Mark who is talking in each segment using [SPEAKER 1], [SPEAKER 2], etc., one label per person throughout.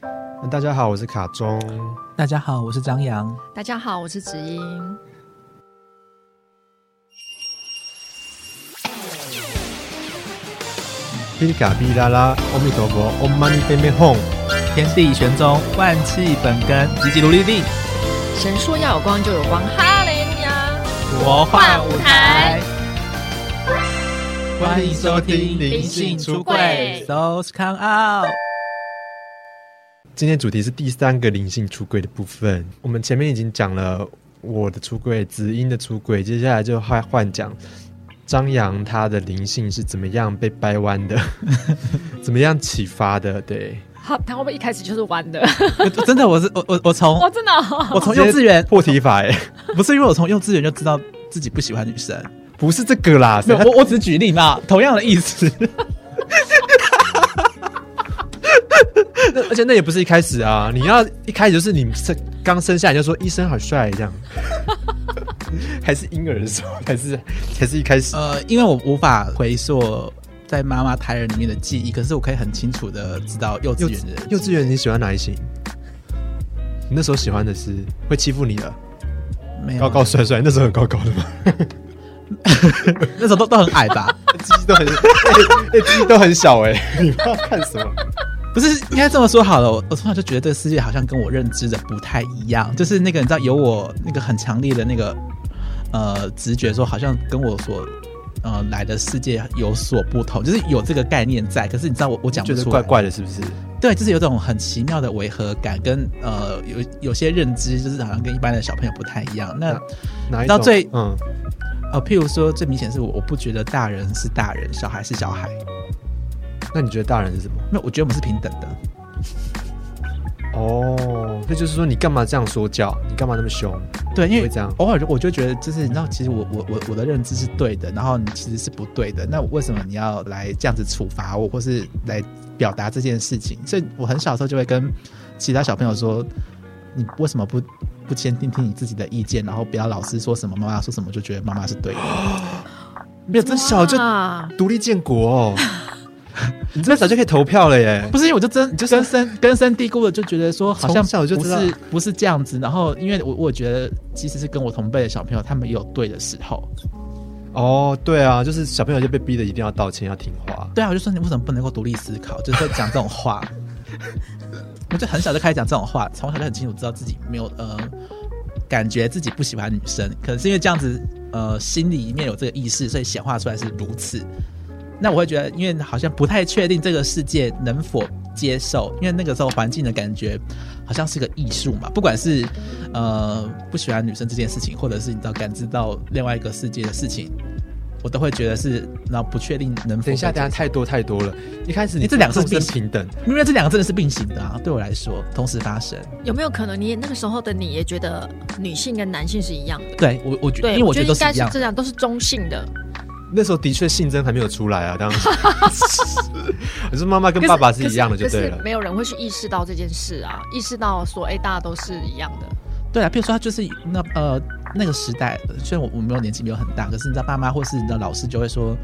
[SPEAKER 1] 嗯大家好，我是卡中。
[SPEAKER 2] 大家好，我是张扬。
[SPEAKER 3] 大家好，我是子英。
[SPEAKER 1] 哔哩卡哔啦啦，阿弥陀佛，唵嘛呢呗咪吽。
[SPEAKER 2] 天地玄宗，万气本根，急急如律令，
[SPEAKER 3] 神说要有光就有光，哈雷路亚！
[SPEAKER 2] 魔
[SPEAKER 3] 幻舞台。
[SPEAKER 2] 欢迎收听《灵
[SPEAKER 3] 性出柜
[SPEAKER 2] Souls Come Out。
[SPEAKER 1] 今天主题是第三个灵性出柜的部分。我们前面已经讲了我的出柜、子英的出柜，接下来就换换讲张扬他的灵性是怎么样被掰弯的， 怎么样启发的。对，
[SPEAKER 3] 他他会不会一开始就是玩 的？
[SPEAKER 2] 我呃真的，我是我我我从
[SPEAKER 3] 哦，真的哦、
[SPEAKER 2] 我从幼稚园，
[SPEAKER 1] 破题法哎，
[SPEAKER 2] 不是因为我从幼稚园就知道自己不喜欢女生。
[SPEAKER 1] 不是这个啦，
[SPEAKER 2] 没
[SPEAKER 1] 谁
[SPEAKER 2] 有，我我只是举例嘛，同样的意思。
[SPEAKER 1] 而且那也不是一开始啊，你要一开始就是你生刚生下来就说医生好帅 这样，还是婴儿的时候，还是还是一开始
[SPEAKER 2] 呃，因为我无法回溯在妈妈胎儿里面的记忆，可是我可以很清楚的知道幼稚
[SPEAKER 1] 幼
[SPEAKER 2] 园的
[SPEAKER 1] 幼稚园你喜欢哪一型？你那时候喜欢的是会欺负你的
[SPEAKER 2] 没有啊
[SPEAKER 1] 高高帅帅，那时候很高高的吗？
[SPEAKER 2] 那时候都都很矮吧？
[SPEAKER 1] 鸡都很， 欸欸鸡都很小哎、你不知道看什么？
[SPEAKER 2] 不是，应该这么说好了。我我从小就觉得这个世界好像跟我认知的不太一样，就是那个你知道有我那个很强烈的那个呃直觉说，好像跟我所呃来的世界有所不同，就是有这个概念在。可是你知道我我讲不
[SPEAKER 1] 觉得
[SPEAKER 2] 出
[SPEAKER 1] 怪
[SPEAKER 2] 来，
[SPEAKER 1] 怪的，是不是？
[SPEAKER 2] 对，就是有种很奇妙的违和感，跟呃有有些认知就是好像跟一般的小朋友不太一样。那
[SPEAKER 1] 哪一
[SPEAKER 2] 到
[SPEAKER 1] 种？
[SPEAKER 2] 最
[SPEAKER 1] 嗯，
[SPEAKER 2] 呃，譬如说最明显是我我不觉得大人是大人，小孩是小孩，
[SPEAKER 1] 那你觉得大人是什么？
[SPEAKER 2] 那我觉得我们是平等的。
[SPEAKER 1] 哦，那就是说你干嘛这样说教？你干嘛那么凶？
[SPEAKER 2] 对，因
[SPEAKER 1] 会
[SPEAKER 2] 为
[SPEAKER 1] 这样
[SPEAKER 2] 偶尔我就觉得，就是你知道，其实我我我我的认知是对的，然后你其实是不对的。那我为什么你要来这样子处罚我，或是来表达这件事情？所以我很小的时候就会跟其他小朋友说，你为什么不不先听听你自己的意见，然后不要老师说什么妈妈说什么就觉得妈妈是对的。
[SPEAKER 1] 没有，真小就
[SPEAKER 3] 哇
[SPEAKER 1] 独立建国哦，你这么早就可以投票了耶！
[SPEAKER 2] 不是，因为我就真就根深根深蒂固的就觉得说，好像
[SPEAKER 1] 从小就
[SPEAKER 2] 不
[SPEAKER 1] 知道
[SPEAKER 2] 是不是这样子。然后，因为我我觉得，即使是跟我同辈的小朋友，他们也有对的时候。
[SPEAKER 1] 哦，对啊，就是小朋友就被逼的一定要道歉，要听话。
[SPEAKER 2] 对啊，我就说你为什么不能够独立思考，就是会讲这种话。我就很小就开始讲这种话，从小就很清楚知道自己没有呃，感觉自己不喜欢女生，可能是因为这样子呃心里面有这个意识，所以显化出来是如此。那我会觉得，因为好像不太确定这个世界能否接受，因为那个时候环境的感觉好像是个艺术嘛，不管是呃不喜欢女生这件事情，或者是你知道感知到另外一个世界的事情，我都会觉得是然后不确定能否
[SPEAKER 1] 等一下，
[SPEAKER 2] 被接
[SPEAKER 1] 等一下，
[SPEAKER 2] 受
[SPEAKER 1] 太多太多了。一开始
[SPEAKER 2] 你这两个是
[SPEAKER 1] 众生
[SPEAKER 2] 并行
[SPEAKER 1] 平等，
[SPEAKER 2] 因为这两个真的是并行的啊，对我来说同时发生。
[SPEAKER 3] 有没有可能你也那个时候的你也觉得女性跟男性是一样的？
[SPEAKER 2] 对我，我觉得，
[SPEAKER 3] 对，
[SPEAKER 2] 因为我觉
[SPEAKER 3] 觉
[SPEAKER 2] 得都
[SPEAKER 3] 得应该
[SPEAKER 2] 是一
[SPEAKER 3] 是
[SPEAKER 2] 样
[SPEAKER 3] 这。样，都是中性的。
[SPEAKER 1] 那时候的确性征还没有出来啊，当时。可是妈妈跟爸爸是一样的就
[SPEAKER 3] 可是
[SPEAKER 1] 对
[SPEAKER 3] 可
[SPEAKER 1] 了
[SPEAKER 3] 是。没有人会去意识到这件事啊，意识到说，哎、大家都是一样的。
[SPEAKER 2] 对啊，比如说他就是那呃那个时代，呃虽然我我没有年纪没有很大，可是你知道爸妈或是你知道老师就会说，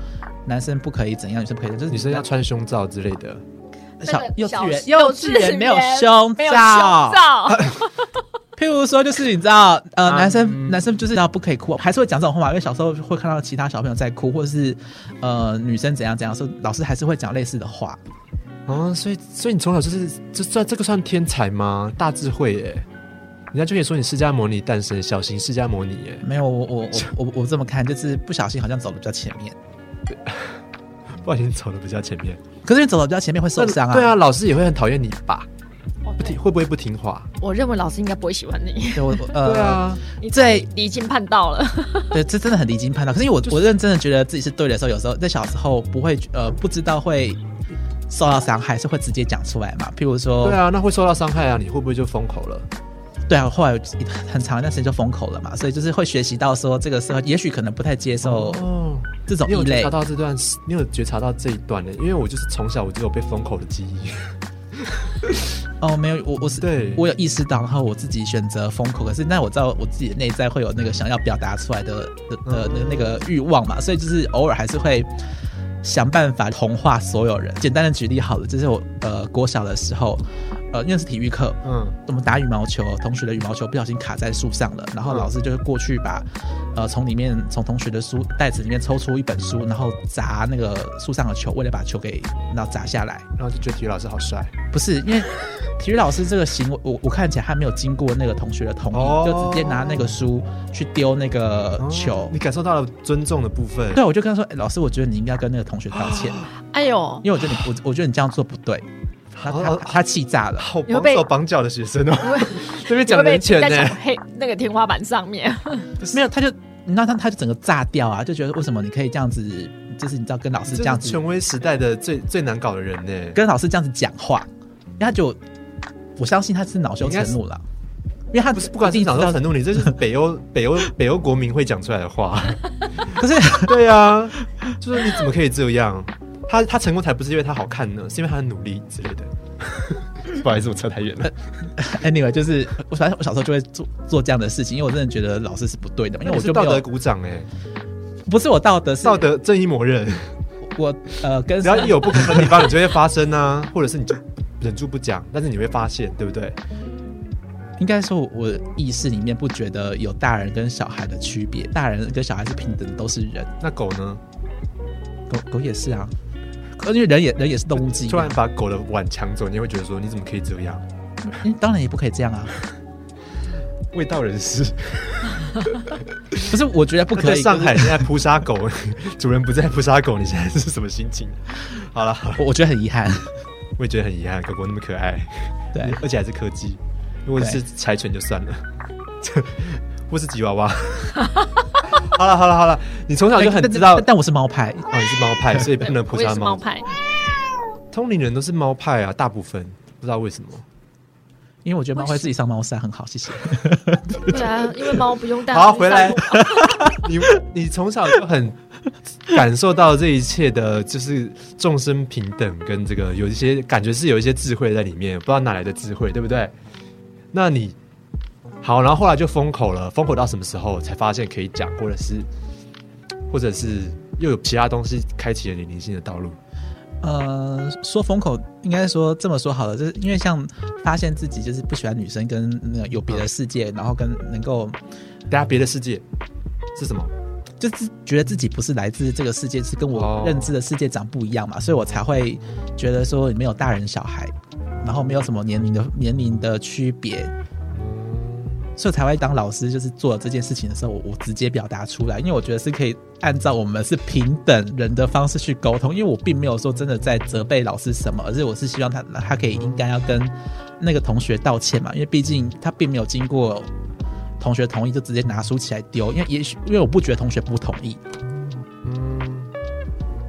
[SPEAKER 2] 男生不可以怎样，女生不可以怎样，就是
[SPEAKER 1] 女生要
[SPEAKER 2] 知
[SPEAKER 1] 穿胸罩之类的，
[SPEAKER 2] 道小
[SPEAKER 3] 那个
[SPEAKER 2] 幼稚园
[SPEAKER 3] 小
[SPEAKER 2] 幼稚园没有胸
[SPEAKER 3] 没有胸罩，
[SPEAKER 2] 譬如说就是你知道呃
[SPEAKER 1] 嗯
[SPEAKER 2] 男生男生就是要不可以哭，还是会讲这种话嘛，因为小时候会看到其他小朋友在哭，或是呃女生怎样怎样，所以老师还是会讲类似的话。
[SPEAKER 1] 哦，所以所以你从小就是就算这个算天才吗？大智慧耶！人家就可以说你释迦摩尼诞生，小型释迦摩尼耶，
[SPEAKER 2] 没有我我我我我这么看，就是不小心好像走的比较前面，
[SPEAKER 1] 不小心走的比较前面。
[SPEAKER 2] 可是你走的比较前面会受伤啊。
[SPEAKER 1] 对啊，老师也会很讨厌你吧？
[SPEAKER 3] 哦
[SPEAKER 1] 不
[SPEAKER 3] 对
[SPEAKER 1] 听会不会不听话？
[SPEAKER 3] 我认为老师应该不会喜欢你，
[SPEAKER 2] 对，我我呃
[SPEAKER 1] 对啊，
[SPEAKER 3] 你
[SPEAKER 2] 在
[SPEAKER 3] 离经叛道了。
[SPEAKER 2] 对，这真的很离经叛道。可是因为我、我认真的觉得自己是对的时候，有时候在小时候不会呃不知道会受到伤害，是会直接讲出来嘛。譬如说，
[SPEAKER 1] 对啊，那会受到伤害啊，你会不会就封口了？
[SPEAKER 2] 对啊，后来很长一段时间就封口了嘛，所以就是会学习到说这个时候也许可能不太接受
[SPEAKER 1] 哦，
[SPEAKER 2] 这种
[SPEAKER 1] 你有
[SPEAKER 2] 异
[SPEAKER 1] 觉
[SPEAKER 2] 类
[SPEAKER 1] 察。到这段，你有觉察到这一段呢？因为我就是从小我就有被封口的记忆，
[SPEAKER 2] 哦，没有，我我是
[SPEAKER 1] 对
[SPEAKER 2] 我有意识到，然后我自己选择封口。可是那我知道我自己的内在会有那个想要表达出来的的
[SPEAKER 1] 嗯
[SPEAKER 2] 的的那个欲望嘛，所以就是偶尔还是会想办法同化所有人。简单的举例好了，就是我呃国小的时候，呃，因为是体育课，
[SPEAKER 1] 嗯
[SPEAKER 2] 我们打羽毛球，同学的羽毛球不小心卡在树上了，然后
[SPEAKER 1] 嗯
[SPEAKER 2] 老师就会过去把，呃，从里面从同学的书袋子里面抽出一本书，然后砸那个树上的球，为了把球给然后砸下来。
[SPEAKER 1] 然后就觉得体育老师好帅
[SPEAKER 2] 不是因为体育老师这个行为，我我看起来他没有经过那个同学的同意，
[SPEAKER 1] 哦
[SPEAKER 2] 就直接拿那个书去丢那个球。
[SPEAKER 1] 哦你感受到了尊重的部分，
[SPEAKER 2] 对，我就跟他说，哎老师，我觉得你应该跟那个同学道歉，
[SPEAKER 1] 啊
[SPEAKER 3] 哎呦，
[SPEAKER 2] 因为我觉得你我我觉得你这样做不
[SPEAKER 1] 哦
[SPEAKER 2] 对。他他
[SPEAKER 1] 好
[SPEAKER 2] 他气炸了，
[SPEAKER 1] 好
[SPEAKER 3] 你会
[SPEAKER 1] 绑
[SPEAKER 3] 被
[SPEAKER 1] 手绑脚的学生哦，
[SPEAKER 3] 你
[SPEAKER 1] 这边
[SPEAKER 3] 会你会
[SPEAKER 1] 讲
[SPEAKER 3] 被
[SPEAKER 1] 人
[SPEAKER 3] 踢
[SPEAKER 1] 权
[SPEAKER 3] 在
[SPEAKER 1] 呢
[SPEAKER 3] 墙，黑那个天花板上面，
[SPEAKER 2] 没有，他就你知道他他就整个炸掉啊，就觉得为什么你可以这样子，就是你知道跟老师这样
[SPEAKER 1] 这
[SPEAKER 2] 子
[SPEAKER 1] 是，权威时代的最最难搞的人呢，
[SPEAKER 2] 跟老师这样子讲话，因为他就我相信他是恼羞成怒了，因为他
[SPEAKER 1] 不是不管是
[SPEAKER 2] 一定
[SPEAKER 1] 哪
[SPEAKER 2] 知
[SPEAKER 1] 种
[SPEAKER 2] 道
[SPEAKER 1] 程度，你这是北欧 北欧北欧国民会讲出来的话。
[SPEAKER 2] 可是
[SPEAKER 1] 对啊，就是你怎么可以这样？他他成功才不是因为他好看呢，是因为他很努力之类的。 哎不好意思，我扯太
[SPEAKER 2] 哎
[SPEAKER 1] 远了。
[SPEAKER 2] anyway，就是我反正我小时候就会做做这样的事情，因为我真的觉得老师是不对的，因为我
[SPEAKER 1] 是
[SPEAKER 2] 就
[SPEAKER 1] 道
[SPEAKER 2] 没
[SPEAKER 1] 德
[SPEAKER 2] 有
[SPEAKER 1] 鼓掌哎、
[SPEAKER 2] 不是我道德是
[SPEAKER 1] 道德正义默 认，
[SPEAKER 2] 我呃跟
[SPEAKER 1] 只要一有不可的地方，你就会发生啊，或者是你就忍住不讲，但是你会发现，对不对？
[SPEAKER 2] 应该说我意识里面不觉得有大人跟小孩的区别，大人跟小孩是平等的，都是人，
[SPEAKER 1] 那狗呢？
[SPEAKER 2] 狗狗也是啊，因为人也人也是动物之一
[SPEAKER 1] 突
[SPEAKER 2] 啊
[SPEAKER 1] 然，把狗的碗抢走，你会觉得说你怎么可以这样？
[SPEAKER 2] 嗯当然也不可以这样啊，
[SPEAKER 1] 未道人士，
[SPEAKER 2] 不是我觉得不可
[SPEAKER 1] 在
[SPEAKER 2] 以，
[SPEAKER 1] 上海现在扑杀狗， 主人不在扑杀狗，你现在是什么心情？好了，好了
[SPEAKER 2] 我我觉得很遗憾，
[SPEAKER 1] 我也觉得很遗憾，狗狗那么可爱。
[SPEAKER 2] 对，
[SPEAKER 1] 而且还是柯基。如果是柴犬就算了， 或是吉娃 娃。好了好了好了，你从小就很
[SPEAKER 2] 但
[SPEAKER 1] 知道
[SPEAKER 2] 但，但我是猫派，
[SPEAKER 1] 哦，你是猫派，所以不能
[SPEAKER 3] 我
[SPEAKER 1] 扑
[SPEAKER 3] 也
[SPEAKER 1] 杀
[SPEAKER 3] 是猫
[SPEAKER 1] 猫。
[SPEAKER 3] 派，
[SPEAKER 1] 通灵人都是猫派啊，大部分不知道为什么。
[SPEAKER 2] 因为我觉得猫会自己上猫砂很好，谢谢。
[SPEAKER 3] 对啊，因为猫不用带。
[SPEAKER 1] 好，回 来，你你从小就很感受到这一切的，就是众生平等跟这个有一些感觉是有一些智慧在里面，不知道哪来的智慧，对不对？那你好，然后后来就封口了，封口到什么时候才发现可以讲，或者是 或者是又有其他东西开启了你灵性的道路？
[SPEAKER 2] 呃，说风口应该说这么说好了，就是因为像发现自己就是不喜欢女生跟那个有别的世界，然后跟能够
[SPEAKER 1] 大家别的世界是什么？
[SPEAKER 2] 就是觉得自己不是来自这个世界，是跟
[SPEAKER 1] 哦
[SPEAKER 2] 我认知的世界长不一样嘛，所以我才会觉得说没有大人小孩，然后没有什么年龄的年龄的区别。所以才会当老师，就是做这件事情的时候，我我直接表达出来，因为我觉得是可以按照我们是平等人的方式去沟通，因为我并没有说真的在责备老师什么，而是我是希望他他可以应该要跟那个同学道歉嘛，因为毕竟他并没有经过同学同意就直接拿书起来丢，因为也许因为我不觉得同学不同意，
[SPEAKER 1] 嗯，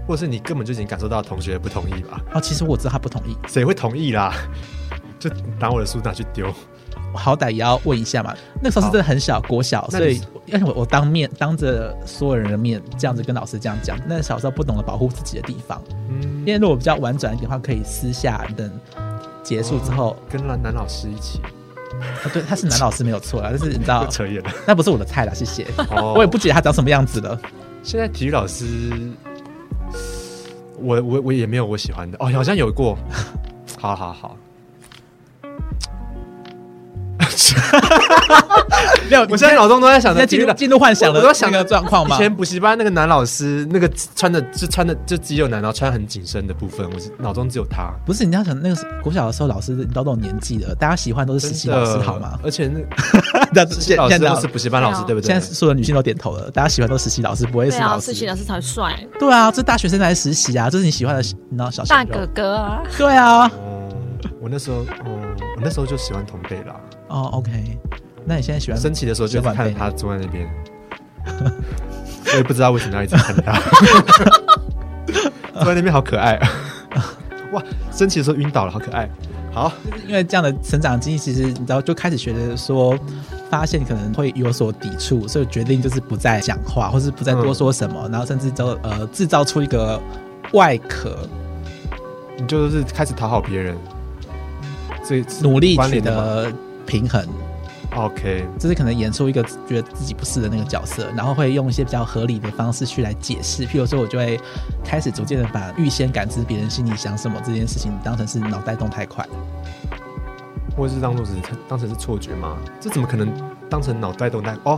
[SPEAKER 1] 或者是你根本就已经感受到同学不同意吧？
[SPEAKER 2] 哦，其实我知道他不同意，
[SPEAKER 1] 谁会同意啦？ 就拿我的书拿去丢。
[SPEAKER 2] 我好歹也要问一下嘛。那时候是真的很小，国小，
[SPEAKER 1] 那
[SPEAKER 2] 所
[SPEAKER 1] 你
[SPEAKER 2] 以而且我我当面当着所有人的面这样子跟老师这样讲，那小时候不懂得保护自己的地方，
[SPEAKER 1] 嗯
[SPEAKER 2] 因为如果比较婉转一点的话，可以私下等结束之后，
[SPEAKER 1] 跟男男老师一起，嗯
[SPEAKER 2] 啊对，他是男老师没有错啦，啊但是你知 道
[SPEAKER 1] 又扯远了。
[SPEAKER 2] 那不是我的菜啦，谢谢，
[SPEAKER 1] 哦
[SPEAKER 2] 我也不觉得他长什么样子了。
[SPEAKER 1] 现在体育老师，我我我也没有我喜欢的哦，好像有 过。好好好，
[SPEAKER 2] 没有，
[SPEAKER 1] 我现在脑中都在想着
[SPEAKER 2] 你在
[SPEAKER 1] 体
[SPEAKER 2] 进
[SPEAKER 1] 育
[SPEAKER 2] 入
[SPEAKER 1] 老
[SPEAKER 2] 进入幻想
[SPEAKER 1] 我
[SPEAKER 2] 的
[SPEAKER 1] 我都想
[SPEAKER 2] 那个状况
[SPEAKER 1] 以
[SPEAKER 2] 吗？
[SPEAKER 1] 前补习班那个男老师，那个穿的就穿的就肌肉男，然后穿很紧身的部分，我是脑中只有他。
[SPEAKER 2] 不是，你要想那个
[SPEAKER 1] 嗯
[SPEAKER 2] 是国小的时候，老师你到那种年纪了，大家喜欢都是实习
[SPEAKER 1] 真的
[SPEAKER 2] 老师，好吗？
[SPEAKER 1] 而且那
[SPEAKER 2] 那
[SPEAKER 1] 实习
[SPEAKER 2] 现
[SPEAKER 1] 老
[SPEAKER 2] 现
[SPEAKER 1] 师
[SPEAKER 2] 在
[SPEAKER 1] 都是补习班老师，
[SPEAKER 3] 对啊
[SPEAKER 1] 对不对？
[SPEAKER 2] 现在所有的女性都点头了，大家喜欢都是实习老师，不会
[SPEAKER 3] 对
[SPEAKER 2] 是
[SPEAKER 3] 啊，
[SPEAKER 2] 老
[SPEAKER 3] 是
[SPEAKER 2] 师。
[SPEAKER 3] 去老师才帅，
[SPEAKER 2] 对啊，这大学生来实习啊，这是你喜欢的，你知道小鲜
[SPEAKER 3] 大
[SPEAKER 2] 肉
[SPEAKER 3] 哥哥啊，
[SPEAKER 2] 对啊，
[SPEAKER 1] 哦，我那时候，哦，我那时候就喜欢同辈啦。
[SPEAKER 2] 哦，OK，那你现在喜欢
[SPEAKER 1] 升旗的时候就是
[SPEAKER 2] 小晚
[SPEAKER 1] 看
[SPEAKER 2] 辈
[SPEAKER 1] 着他坐在那边， 我也不知道为什么要一直看着他， 坐在那边好可爱啊！哇，升旗的时候晕倒了，好可爱。好，
[SPEAKER 2] 因为这样的成长经历，其实你知道就开始觉得说，发现可能会有所抵触，所以决定就是不再讲话，或是不再多说什
[SPEAKER 1] 嗯
[SPEAKER 2] 么，然后甚至就呃制造出一个外壳，
[SPEAKER 1] 你就是开始讨好别人，所以是
[SPEAKER 2] 努力
[SPEAKER 1] 关
[SPEAKER 2] 取
[SPEAKER 1] 联的吗
[SPEAKER 2] 得平衡，
[SPEAKER 1] OK，
[SPEAKER 2] 就是可能演出一个觉得自己不是的那个角色，然后会用一些比较合理的方式去来解释。譬如说，我就会开始逐渐的把预先感知别人心里想什么这件事情当成是脑袋动太快。
[SPEAKER 1] 或是当做只是当成是错觉吗？这怎么可能当成脑袋动态？哦，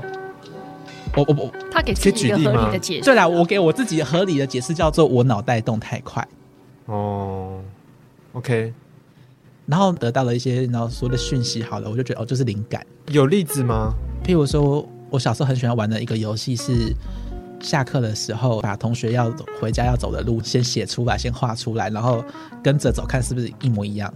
[SPEAKER 2] 我我我，
[SPEAKER 3] 他给自己一
[SPEAKER 1] 可以举例
[SPEAKER 3] 个合
[SPEAKER 1] 吗
[SPEAKER 3] 理的解释。
[SPEAKER 2] 对啦，我给我自己合理的解释叫做我脑袋动太快，
[SPEAKER 1] 哦，OK，
[SPEAKER 2] 然后得到了一些然后说的讯息，好了，我就觉得哦，就是灵感。
[SPEAKER 1] 有例子吗？
[SPEAKER 2] 譬如说，我小时候很喜欢玩的一个游戏是，下课的时候把同学要走回家要走的路先写出来，先画出来，然后跟着走，看是不是一模一样。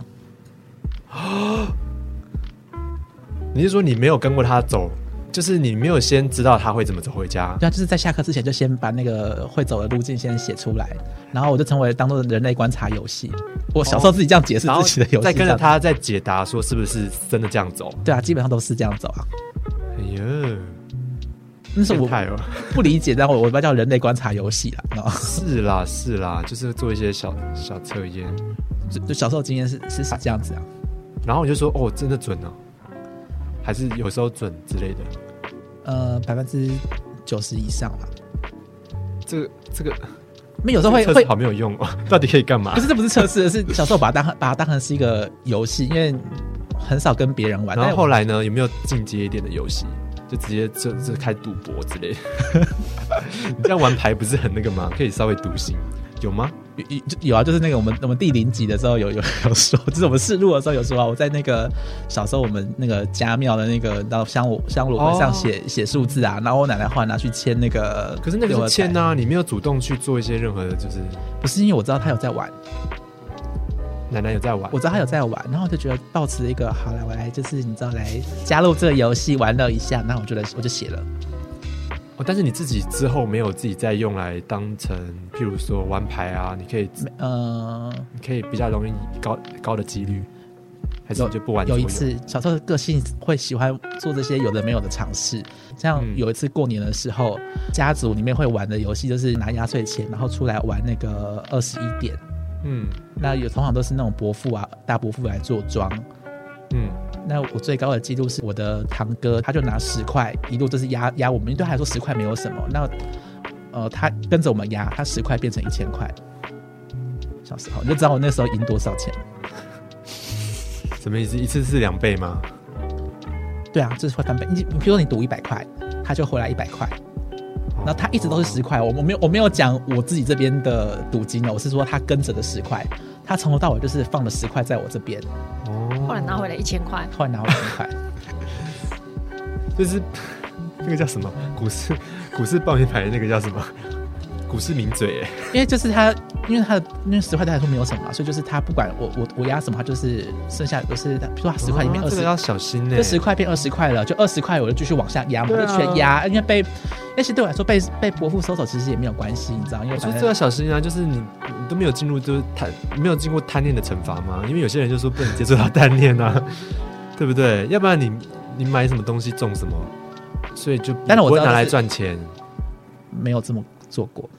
[SPEAKER 1] 你是说你没有跟过他走，就是你没有先知道他会怎么走回家？
[SPEAKER 2] 对啊，就是在下课之前就先把那个会走的路径先写出来，然后我就成为当做人类观察游戏。我小时候自己这样解释
[SPEAKER 1] 然后
[SPEAKER 2] 自己的游戏，
[SPEAKER 1] 再跟
[SPEAKER 2] 这
[SPEAKER 1] 着
[SPEAKER 2] 样。
[SPEAKER 1] 他哦在解答说是不是真的这样走？
[SPEAKER 2] 对啊，基本上都是这样走啊。
[SPEAKER 1] 哎呦，
[SPEAKER 2] 那是
[SPEAKER 1] 变
[SPEAKER 2] 我
[SPEAKER 1] 态哦！
[SPEAKER 2] 不理解，但我我把它叫人类观察游戏啦。哦然后
[SPEAKER 1] 是啦是啦，就是做一些小小测验，
[SPEAKER 2] 就就小时候经验是是是这样子啊。
[SPEAKER 1] 然后我就说哦，真的准哦，还是有时候准之类的。
[SPEAKER 2] 呃，百分之九十以上吧。
[SPEAKER 1] 这个这个
[SPEAKER 2] 那有时候会
[SPEAKER 1] 这个测
[SPEAKER 2] 会
[SPEAKER 1] 试好没有用哦， 到底可以干嘛
[SPEAKER 2] 不？是，这不是测试，是小时候把它当把它当成是一个游戏，因为很少跟别人玩。
[SPEAKER 1] 然后
[SPEAKER 2] 但
[SPEAKER 1] 后来呢，有没有进阶一点的游戏？就直接就就开赌博之类的。 你这样玩牌不是很那个吗？可以稍微读心，有吗？
[SPEAKER 2] 有有有啊，就是那个我们我们第零集的时候有有有说，就是我们试录的时候有说啊，我在那个小时候我们那个家庙的那个到香炉香炉会上
[SPEAKER 1] 哦
[SPEAKER 2] 写写数字啊，然后我奶奶后来拿去签那个，
[SPEAKER 1] 可是那个是签呐、你没有主动去做一些任何的，就是
[SPEAKER 2] 不是因为我知道她有在玩，
[SPEAKER 1] 奶奶有在玩
[SPEAKER 2] 我，知道她有在玩，然后我就觉得抱持一个好来我来就是你知道来加入这个游戏玩乐一下，那我觉得我就写了。
[SPEAKER 1] 哦，但是你自己之后没有自己再用来当成，譬如说玩牌啊，你可以
[SPEAKER 2] 呃，
[SPEAKER 1] 你可以比较容易高高的几率，还是
[SPEAKER 2] 有
[SPEAKER 1] 你就不玩
[SPEAKER 2] 有一
[SPEAKER 1] 桌游
[SPEAKER 2] 次，小时候的个性会喜欢做这些有的没有的尝试。像
[SPEAKER 1] 嗯
[SPEAKER 2] 有一次过年的时候，家族里面会玩的游戏就是拿压岁钱，然后出来玩那个二十一点。
[SPEAKER 1] 嗯
[SPEAKER 2] 那有通常都是那种伯父啊、大伯父来做庄。
[SPEAKER 1] 嗯，
[SPEAKER 2] 那我最高的记录是我的堂哥，他就拿十块一路就是压压我们，对他来说十块没有什么。那呃，他跟着我们压，他十块变成一千块。小时候你就知道我那时候赢多少钱。
[SPEAKER 1] 什么意思？一次是两倍吗？
[SPEAKER 2] 对啊，就是会翻倍。你你比如说你赌一百块，他就回来一百块，然后他一直都是十块。我我没有我没有讲我自己这边的赌金哦，我是说他跟着的十块，他从头到尾就是放了十块在我这边，
[SPEAKER 1] 哦，
[SPEAKER 3] 后来拿回来一千块，
[SPEAKER 2] 后来拿我一块。
[SPEAKER 1] 就是 那个叫什么股市股市报名牌那个叫什么股市名嘴哎，
[SPEAKER 2] 因为就是他，因为他的因为十块对他来说没有什么嘛，所以就是他不管我我我压什么，他就是剩下就是他，比如说他十块里面
[SPEAKER 1] 哦
[SPEAKER 2] 二
[SPEAKER 1] 这
[SPEAKER 2] 十、
[SPEAKER 1] 个要小心呢
[SPEAKER 2] 这。十块变二十块了，就二十块我就继续往下压嘛，
[SPEAKER 1] 对
[SPEAKER 2] 我
[SPEAKER 1] 啊
[SPEAKER 2] 就全压，因为被，而且对我来说被被伯父收走其实也没有关系，你知道，因为
[SPEAKER 1] 我
[SPEAKER 2] 反
[SPEAKER 1] 说这
[SPEAKER 2] 正
[SPEAKER 1] 个要小心啊，就是你你都没有进入就是贪没有经过贪恋的惩罚吗？因为有些人就说不能接触到贪恋啊，对不对？要不然你你买什么东西中什么，所以就
[SPEAKER 2] 但是我
[SPEAKER 1] 不会
[SPEAKER 2] 知道
[SPEAKER 1] 拿来
[SPEAKER 2] 就是
[SPEAKER 1] 赚钱
[SPEAKER 2] 没有这么做过。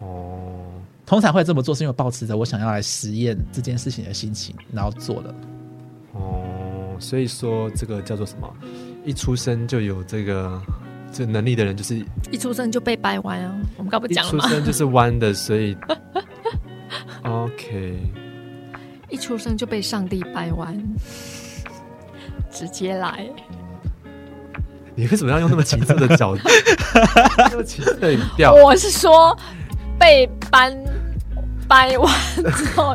[SPEAKER 1] 哦。
[SPEAKER 2] 通常会这么做，是因为抱持着我想要来实验这件事情的心情，然后做了。
[SPEAKER 1] 哦，所以说这个叫做什么？一出生就有这个这能力的人，就是一
[SPEAKER 3] 一出生就被掰弯啊！我们刚不讲了
[SPEAKER 1] 出
[SPEAKER 3] 吗？
[SPEAKER 1] 生就是弯的，所 以 OK，
[SPEAKER 3] 一出生就被上帝掰弯，直接来。
[SPEAKER 1] 你为什么要用那么奇特的角度， 那么奇特的语调？
[SPEAKER 3] 我是说被搬掰弯之后，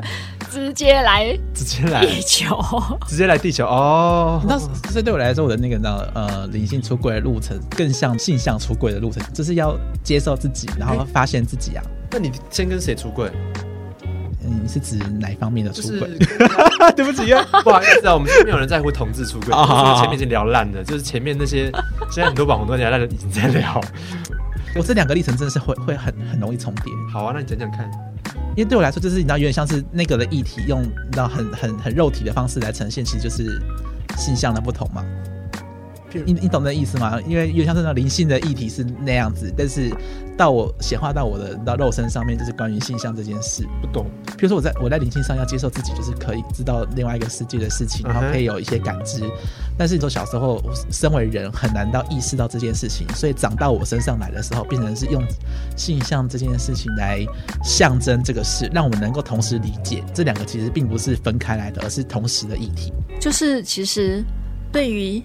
[SPEAKER 3] 直接来
[SPEAKER 1] 直接来，
[SPEAKER 3] 地球。
[SPEAKER 1] 直接来地球哦。
[SPEAKER 2] 那这对我来说，我的那个那呃灵性出柜的路程，更像性向出柜的路程，就是要接受自己，然后发现自己啊。
[SPEAKER 1] 那你先跟谁出柜？
[SPEAKER 2] 嗯，你是指哪一方面的
[SPEAKER 1] 就
[SPEAKER 2] 出
[SPEAKER 1] 是
[SPEAKER 2] 轨？
[SPEAKER 1] 对不起啊，不好意思啊，我们是没有人在乎同志出柜，
[SPEAKER 2] 啊好好好
[SPEAKER 1] 我们前面已经聊烂了，就是前面那些现在很多网红都聊烂了，已经在聊。
[SPEAKER 2] 我这两个历程真的是会会很很容易重叠，
[SPEAKER 1] 好啊，那你讲讲看。
[SPEAKER 2] 因为对我来说，就是你知道，有点像是那个的议题，用你知道很很很肉体的方式来呈现，其实就是性向的不同嘛。你你懂那意思吗？因为有点像是那种灵性的议题是那样子，但是到我显化到我的到肉身上面，就是关于性向这件事。
[SPEAKER 1] 不懂，
[SPEAKER 2] 比如说我在我在灵性上要接受自己，就是可以知道另外一个世界的事情，然后
[SPEAKER 1] 嗯哼
[SPEAKER 2] 可以有一些感知。但是你说小时候身为人很难到意识到这件事情，所以长到我身上来的时候，变成是用性向这件事情来象征这个事，让我们能够同时理解这两个其实并不是分开来的，而是同时的议题。
[SPEAKER 3] 就是其实对于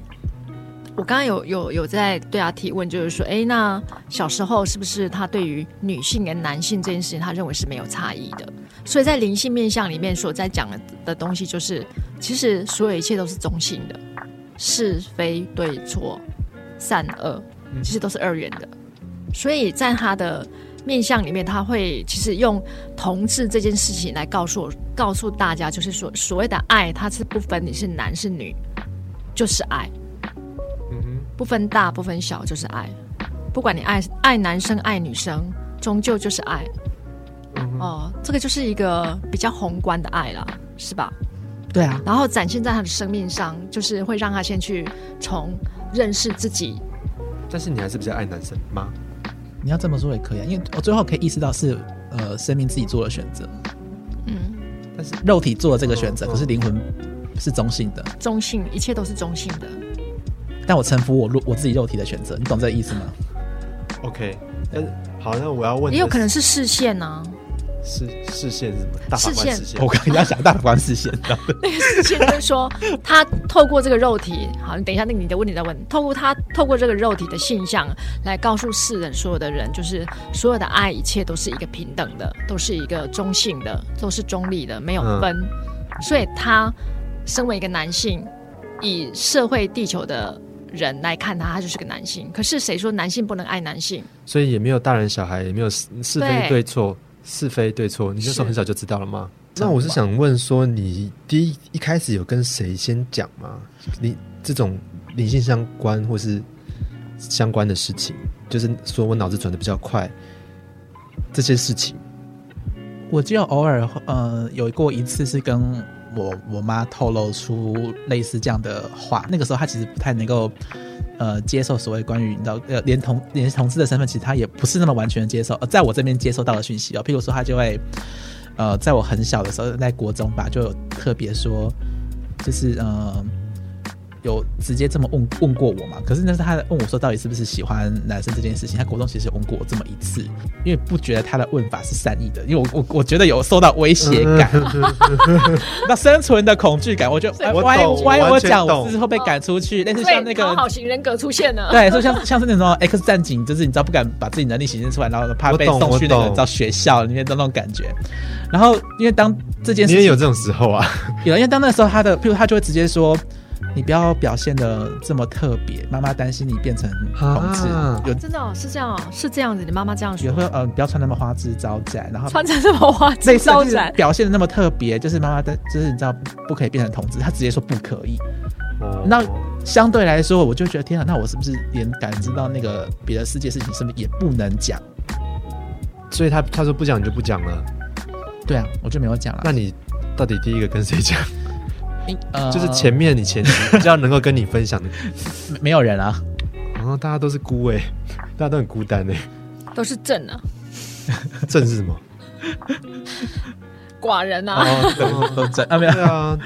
[SPEAKER 3] 我刚刚有有有在对他提问，就是说，哎，那小时候是不是他对于女性跟男性这件事情，他认为是没有差异的？所以在灵性面向里面所在讲的的东西，就是其实所有一切都是中性的，是非对错、善恶，其实都是二元的。所以在他的面向里面，他会其实用同志这件事情来告诉我，告诉大家，就是说所谓的爱，它是不分你是男是女，就是爱。
[SPEAKER 1] 嗯哼，
[SPEAKER 3] 不分大不分小，就是爱。不管你爱爱男生爱女生，终究就是爱。
[SPEAKER 1] 嗯哼，
[SPEAKER 3] 哦、这个就是一个比较宏观的爱啦，是吧？
[SPEAKER 2] 对啊，
[SPEAKER 3] 然后展现在他的生命上，就是会让他先去从认识自己。
[SPEAKER 1] 但是你还是比较爱男生吗？
[SPEAKER 2] 你要这么说也可以啊，因为我最后可以意识到是呃，生命自己做的选择，
[SPEAKER 3] 嗯，
[SPEAKER 1] 但是
[SPEAKER 2] 肉体做了这个选
[SPEAKER 1] 嗯
[SPEAKER 2] 择，
[SPEAKER 1] 嗯
[SPEAKER 2] 可是灵魂是中性的。
[SPEAKER 3] 中性，一切都是中性的。
[SPEAKER 1] 嗯
[SPEAKER 2] 但我臣服我肉我自己肉体的选择，你懂这个意思吗？
[SPEAKER 1] OK，但是好，那我要问的是，
[SPEAKER 3] 也有可能是视线啊呐、
[SPEAKER 1] 视视线是什么？大法
[SPEAKER 3] 视线
[SPEAKER 1] 官视线
[SPEAKER 2] 我。刚刚要想大法官视线，
[SPEAKER 3] 那个视线就是说，他透过这个肉体，好，你等一下，那个你的问题再问。透过他透过这个肉体的性象来告诉世人，所有的人就是所有的爱，一切都是一个平等的，都是一个中性的，都是中立的，没有分。所以他身为一个男性，以社会地球的人来看他，他就是个男性。可是谁说男性不能爱男性？
[SPEAKER 1] 所以也没有大人小孩，也没有是是非
[SPEAKER 3] 对
[SPEAKER 1] 对错，是非对错，你那时
[SPEAKER 3] 是
[SPEAKER 1] 候很小就知道了吗？
[SPEAKER 2] 这样
[SPEAKER 1] 那我是
[SPEAKER 2] 吧
[SPEAKER 1] 想问说，你第一一开始有跟谁先讲吗？你这种灵性相关或是相关的事情，就是说我脑子转的比较快，这些事情，
[SPEAKER 2] 我只有偶尔呃有过一次是跟我我妈透露出类似这样的话，那个时候她其实不太能够呃接受所谓关于你知道呃连同连同志的身份，其实她也不是那么完全接受。呃，在我这边接收到的讯息哦，譬如说她就会呃在我很小的时候，在国中吧，就有特别说就是呃。有直接这么问问过我嘛？可是那是她问我说到底是不是喜欢男生这件事情，她国中其实有问过我这么一次，因为不觉得他的问法是善意的，因为我我我觉得有受到威胁 感，那生存的恐惧感，我觉得哎
[SPEAKER 1] 我
[SPEAKER 2] 万一
[SPEAKER 1] 懂
[SPEAKER 2] 万一
[SPEAKER 1] 我
[SPEAKER 2] 我
[SPEAKER 1] 完全
[SPEAKER 2] 讲
[SPEAKER 1] 懂
[SPEAKER 2] 我是会被赶出去，类似
[SPEAKER 3] 所
[SPEAKER 2] 像
[SPEAKER 3] 以
[SPEAKER 2] 那
[SPEAKER 3] 讨好
[SPEAKER 2] 个
[SPEAKER 3] 型人格出现 了。
[SPEAKER 2] 对，就像像是那种 X 战警，就是你知道不敢把自己能力显现出来，然后怕
[SPEAKER 1] 我
[SPEAKER 2] 被
[SPEAKER 1] 懂
[SPEAKER 2] 送去那
[SPEAKER 1] 我
[SPEAKER 2] 个
[SPEAKER 1] 懂
[SPEAKER 2] 你知道学校里面的那种感觉。然后因为当这件
[SPEAKER 1] 你
[SPEAKER 2] 事
[SPEAKER 1] 也
[SPEAKER 2] 情
[SPEAKER 1] 有这种时候啊？
[SPEAKER 2] 有人因为当那时候他的，譬如他就会直接说。你不要表现的这么特别，妈妈担心你变成同志。
[SPEAKER 1] 啊
[SPEAKER 2] 有
[SPEAKER 3] 真的、哦、是这样、哦，是这样子。你妈妈这样
[SPEAKER 2] 有
[SPEAKER 3] 说，
[SPEAKER 2] 会呃，不要穿那么花枝招展，然后
[SPEAKER 3] 穿成这么花
[SPEAKER 2] 类
[SPEAKER 3] 枝
[SPEAKER 2] 似啊
[SPEAKER 3] 招
[SPEAKER 2] 就是
[SPEAKER 3] 展，
[SPEAKER 2] 表现的那么特别，就是妈妈的，就是你知道不可以变成同志，她直接说不可以。
[SPEAKER 1] 哦
[SPEAKER 2] 那相对来说，我就觉得天啊，那我是不是连感知到那个别的世界事情，是不是也不能讲？
[SPEAKER 1] 所以他他说不讲你就不讲了，
[SPEAKER 2] 对啊，我就没有讲了。
[SPEAKER 1] 那你到底第一个跟谁讲？
[SPEAKER 2] 你呃
[SPEAKER 1] 就是前面你前期比较能够跟你分享的，
[SPEAKER 2] 没没有人啊，
[SPEAKER 1] 然后大家都是孤哎、大家都很孤单哎、
[SPEAKER 3] 都是正啊，
[SPEAKER 1] 正是什么？
[SPEAKER 3] 寡人啊。
[SPEAKER 1] 哦，对
[SPEAKER 2] 都真 啊没有
[SPEAKER 1] 对，啊，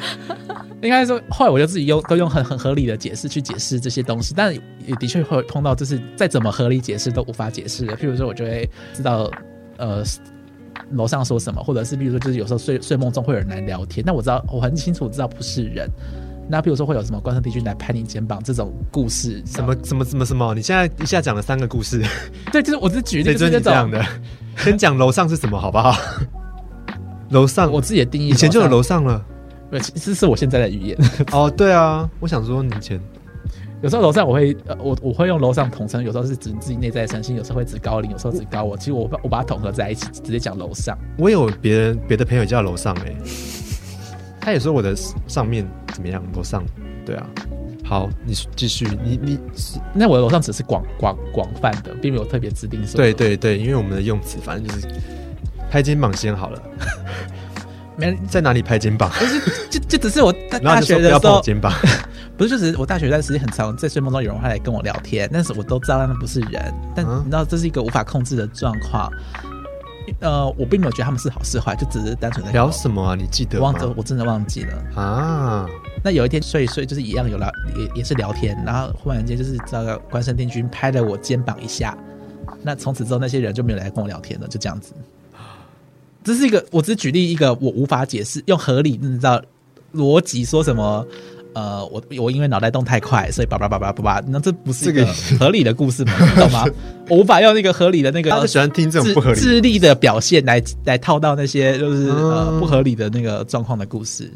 [SPEAKER 2] 应该说后来我就自己用都用很很合理的解释去解释这些东西，但也的确会碰到就是再怎么合理解释都无法解释的。譬如说，我就会知道呃楼上说什么，或者是比如说就是有时候睡睡梦中会有人来聊天，那我知道我很清楚知道不是人。那譬如说会有什么关圣帝君来拍你肩膀这种故事，
[SPEAKER 1] 什么什么什么什么？你现在一下讲了三个故事，
[SPEAKER 2] 对，就是我只是举例
[SPEAKER 1] 谁
[SPEAKER 2] 就
[SPEAKER 1] 准
[SPEAKER 2] 是
[SPEAKER 1] 你
[SPEAKER 2] 那
[SPEAKER 1] 这样
[SPEAKER 2] 种
[SPEAKER 1] 的？先讲楼上是什么好不好？楼上，
[SPEAKER 2] 我自己的定义
[SPEAKER 1] 以前就有楼
[SPEAKER 2] 楼
[SPEAKER 1] 上了。
[SPEAKER 2] 上，没有其实是我现在的语言。
[SPEAKER 1] 哦，对啊，我想说你以前
[SPEAKER 2] 有时候楼上我会，呃，我我会用楼上统称，有时候是指自己内在的神性，有时候会指高龄，有时候指高我。其实我把我把它统合在一起，直接讲楼上。
[SPEAKER 1] 我有别人别的朋友叫楼上哎、他也说我的上面怎么样？楼上，对啊。好，你继续，你你是
[SPEAKER 2] 那我的楼上只是广广广泛的，并没有特别指定说。
[SPEAKER 1] 对，对对，因为我们的用词反正就是拍肩膀先好了，
[SPEAKER 2] 没
[SPEAKER 1] 在哪里拍肩膀？
[SPEAKER 2] 就就只是我大
[SPEAKER 1] 然
[SPEAKER 2] 大
[SPEAKER 1] 后就
[SPEAKER 2] 学
[SPEAKER 1] 说不
[SPEAKER 2] 的
[SPEAKER 1] 要
[SPEAKER 2] 时
[SPEAKER 1] 碰我
[SPEAKER 2] 候，
[SPEAKER 1] 肩膀。
[SPEAKER 2] 不是就只是我大学那段时间很长，在睡梦中有人会来跟我聊天，但是我都知道他们不是人，但
[SPEAKER 1] 嗯
[SPEAKER 2] 你知道这是一个无法控制的状况。呃，我并没有觉得他们是好是坏，就只是单纯的
[SPEAKER 1] 聊什么啊？你记得
[SPEAKER 2] 我
[SPEAKER 1] 吗
[SPEAKER 2] 忘？了，我真的忘记了。
[SPEAKER 1] 啊，
[SPEAKER 2] 那有一天睡一睡，就是一样有聊，也也是聊天，然后忽然间就是这个关圣帝君拍了我肩膀一下，那从此之后那些人就没有来跟我聊天了，就这样子。这是一个，我只举例一个我无法解释，用合理你知道逻辑说什么，呃，我我因为脑袋动太快，所以叭叭叭叭叭叭，那这不是
[SPEAKER 1] 这
[SPEAKER 2] 一个
[SPEAKER 1] 个
[SPEAKER 2] 合理的故事吗？你懂吗？我无法用那个合理的那个
[SPEAKER 1] 他就喜欢听这种
[SPEAKER 2] 智
[SPEAKER 1] 不合理的
[SPEAKER 2] 智力的表现来来套到那些就是、呃
[SPEAKER 1] 嗯
[SPEAKER 2] 不合理的那个状况的故事。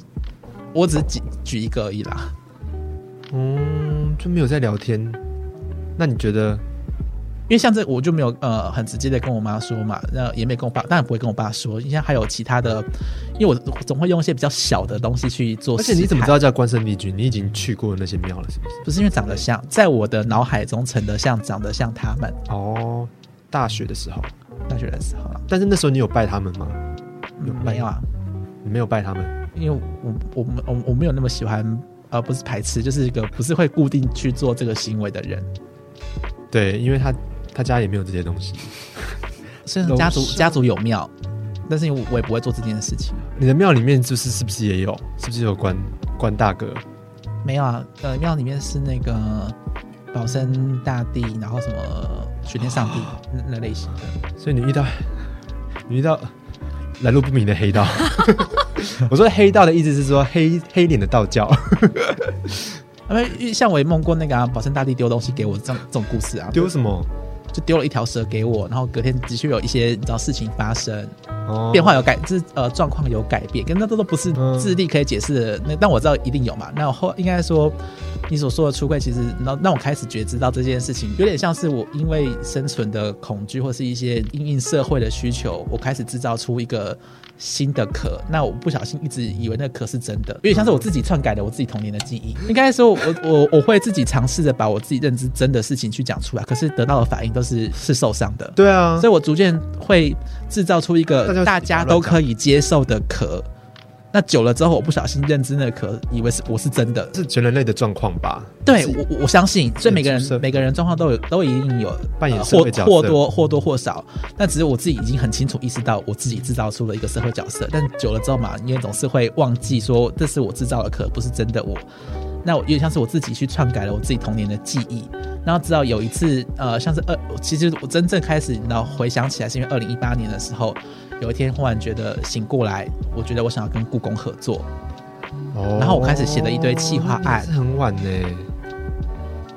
[SPEAKER 2] 我只是举举一个而已啦。
[SPEAKER 1] 嗯，就没有在聊天。那你觉得？
[SPEAKER 2] 因为像这我就没有呃很直接的跟我妈说嘛，那也没跟我爸，当然不会跟我爸说。因为还有其他的，因为我总会用一些比较小的东西去做。
[SPEAKER 1] 而且你怎么知？道叫关圣帝君？你已经去过那些庙了，是不是？
[SPEAKER 2] 不是因为长得像，在我的脑海中成得像，长得像他们。
[SPEAKER 1] 哦，大学的时候，
[SPEAKER 2] 大学的时候啦，
[SPEAKER 1] 但是那时候你有拜他们吗？有
[SPEAKER 2] 嗯没有啊，
[SPEAKER 1] 你没有拜他们。
[SPEAKER 2] 因为我我我我没有那么喜欢，呃，不是排斥，就是一个不是会固定去做这个行为的人。
[SPEAKER 1] 对，因为他他家也没有这些东西。
[SPEAKER 2] 虽然家族
[SPEAKER 1] 楼上
[SPEAKER 2] 家族有庙，但是我我也不会做这件事情。
[SPEAKER 1] 你的庙里面就是是不是也有？是不是有关关大哥？
[SPEAKER 2] 没有啊，呃，庙里面是那个保生大帝，然后什么玄天上帝那那类型的。
[SPEAKER 1] 所以你遇到你遇到来路不明的黑 道。我说黑道的意思是说黑黑脸的道教。
[SPEAKER 2] 啊，因为像我也梦过那个啊，保生大帝丢东西给我这种这种故事啊，
[SPEAKER 1] 丢什么？
[SPEAKER 2] 就丢了一条蛇给我，然后隔天的确有一些你知道事情发生，
[SPEAKER 1] 哦，
[SPEAKER 2] 变化有改，就是呃状况有改变，跟那这都不是
[SPEAKER 1] 嗯
[SPEAKER 2] 智力可以解释的。那但我知道一定有嘛。那我后应该说，你所说的出柜，其实让让我开始觉知到这件事情，有点像是我因为生存的恐惧或是一些因应社会的需求，我开始制造出一个新的壳。那我不小心一直以为那个壳是真的，有点像是我自己篡改了我自己童年的记忆。应该说我，我我会自己尝试着把我自己认知真的事情去讲出来，可是得到的反应都是是受伤的。
[SPEAKER 1] 对啊
[SPEAKER 2] 所，以我逐渐会制造出一
[SPEAKER 1] 大
[SPEAKER 2] 个
[SPEAKER 1] 家
[SPEAKER 2] 大家都可以接受的壳。那久了之后，我不小心认知那个壳，以为是我是真的。
[SPEAKER 1] 是全人类的状况吧？
[SPEAKER 2] 对
[SPEAKER 1] 是
[SPEAKER 2] 我，我我相信，所以每个
[SPEAKER 1] 是
[SPEAKER 2] 人每个人状况都有都一定有
[SPEAKER 1] 扮演
[SPEAKER 2] 呃
[SPEAKER 1] 社
[SPEAKER 2] 或
[SPEAKER 1] 会角色
[SPEAKER 2] 或多或多或少，但只是我自己已经很清楚意识到我自己制造出了一个社会角色。但久了之后嘛，因为总是会忘记说这是我制造的壳，不是真的我。那我有点像是我自己去篡改了我自己童年的记忆，然后直到有一次，呃，像是二，其实我真正开始，然后回想起来，是因为二零一八年的时候，有一天忽然觉得醒过来，我觉得我想要跟故宫合作，
[SPEAKER 1] 哦
[SPEAKER 2] 然后我开始写了一堆企划案
[SPEAKER 1] 那也是很晚呢、